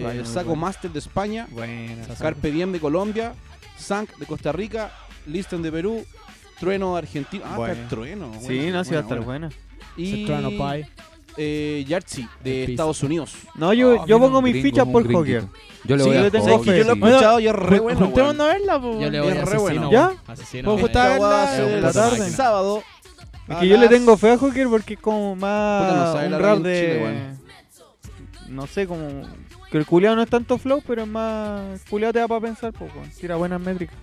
No, Estipario, Saco bueno. Master de España, Buena. Carpe Diem de Colombia, Sank de Costa Rica, Listen de Perú, Trueno de Argentina. Ah, está Bueno. el Trueno. Sí, no, sí va a estar buena. Y Soprano Pie. eh, Yartzi El de piso. Estados Unidos. No, yo, Ah, yo viene pongo un mis gringo, fichas un por gringuito. Joker. Yo le Sí, voy yo a tengo Joker, fe. Yo lo Oh, he sí. Bueno, escuchado y es re Jun- bueno. Juntémonos weón. a verla, po. Yo le voy Es a re bueno. asesino. ¿Ya? weón. Asesino. eh. Vamos a weón. juntar Esta weá verla es el una tarde. sábado. Es a que yo le las- tengo fe a Joker porque es como más Puta, no sabe la un rap radio en Chile, de... no sé, como... Que el culiao no es tanto flow, pero es más... El culiao te da para pensar, pues, weón. Tira buenas métricas.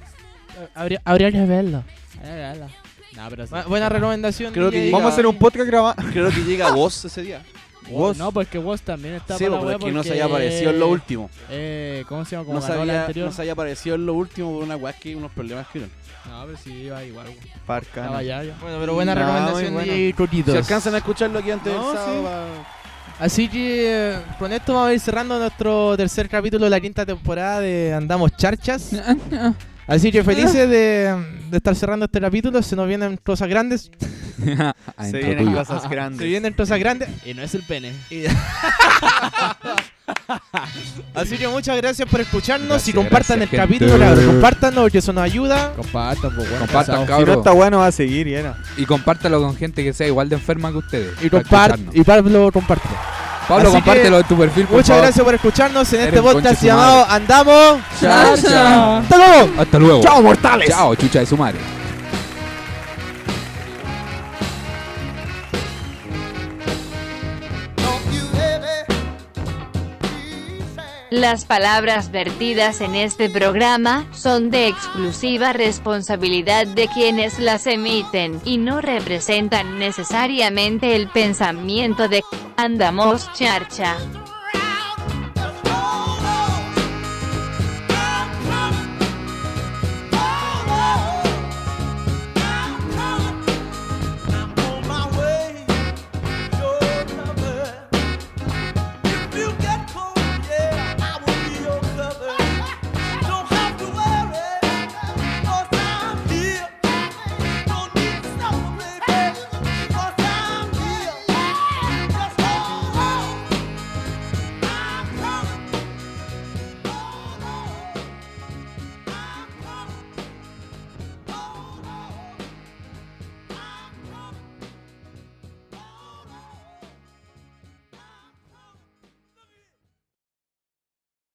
Habría, habría que verlo. Habría que verlo. No, pero sí. Ah, Bu- Buena recomendación. Creo que DJ. llega- Vamos a hacer un podcast grabado. Creo que llega vos ese día. Woz. No, pues que Woz también está Sí, para porque, la wea no se porque, haya aparecido en lo último. Eh, ¿Cómo se llama? Como No se, ganó la había, anterior. no se había aparecido en lo último por una weá que unos problemas que hubieron. No, pero sí, iba igual. weón. Parcana. Estaba ya, ya. Ah, Bueno, pero buena No, recomendación, muy bueno. DJ Trollito. Si alcanzan a escucharlo aquí antes No, del sábado, sí. va- Así que eh, con esto vamos a ir cerrando nuestro tercer capítulo de la quinta temporada de Andamos Charchas. Así que felices de, de estar cerrando este capítulo. Se nos vienen cosas grandes. Se Adentro vienen tuyo. cosas Se grandes. vienen cosas grandes. Y no es el pene. Así que muchas gracias por escucharnos y Gracias, compartan gracias, el gente. capítulo, cabrón. Compártanlo, que eso nos ayuda. Compartan, pues, bueno. Compartan, Si no cabrón. está bueno va a seguir, y era. Y compártalo con gente que sea igual de enferma que ustedes. Y, para compart escucharnos. y Pablo, compártelo. Así Pablo, que- compártelo en tu perfil, por Muchas favor. gracias por escucharnos en Eres este un concha podcast su madre. llamado Andamos. Chao. ¡Hasta luego! Hasta luego. Chao, mortales. Chao, chucha de su madre. Las palabras vertidas en este programa son de exclusiva responsabilidad de quienes las emiten y no representan necesariamente el pensamiento de Andamos Charcha.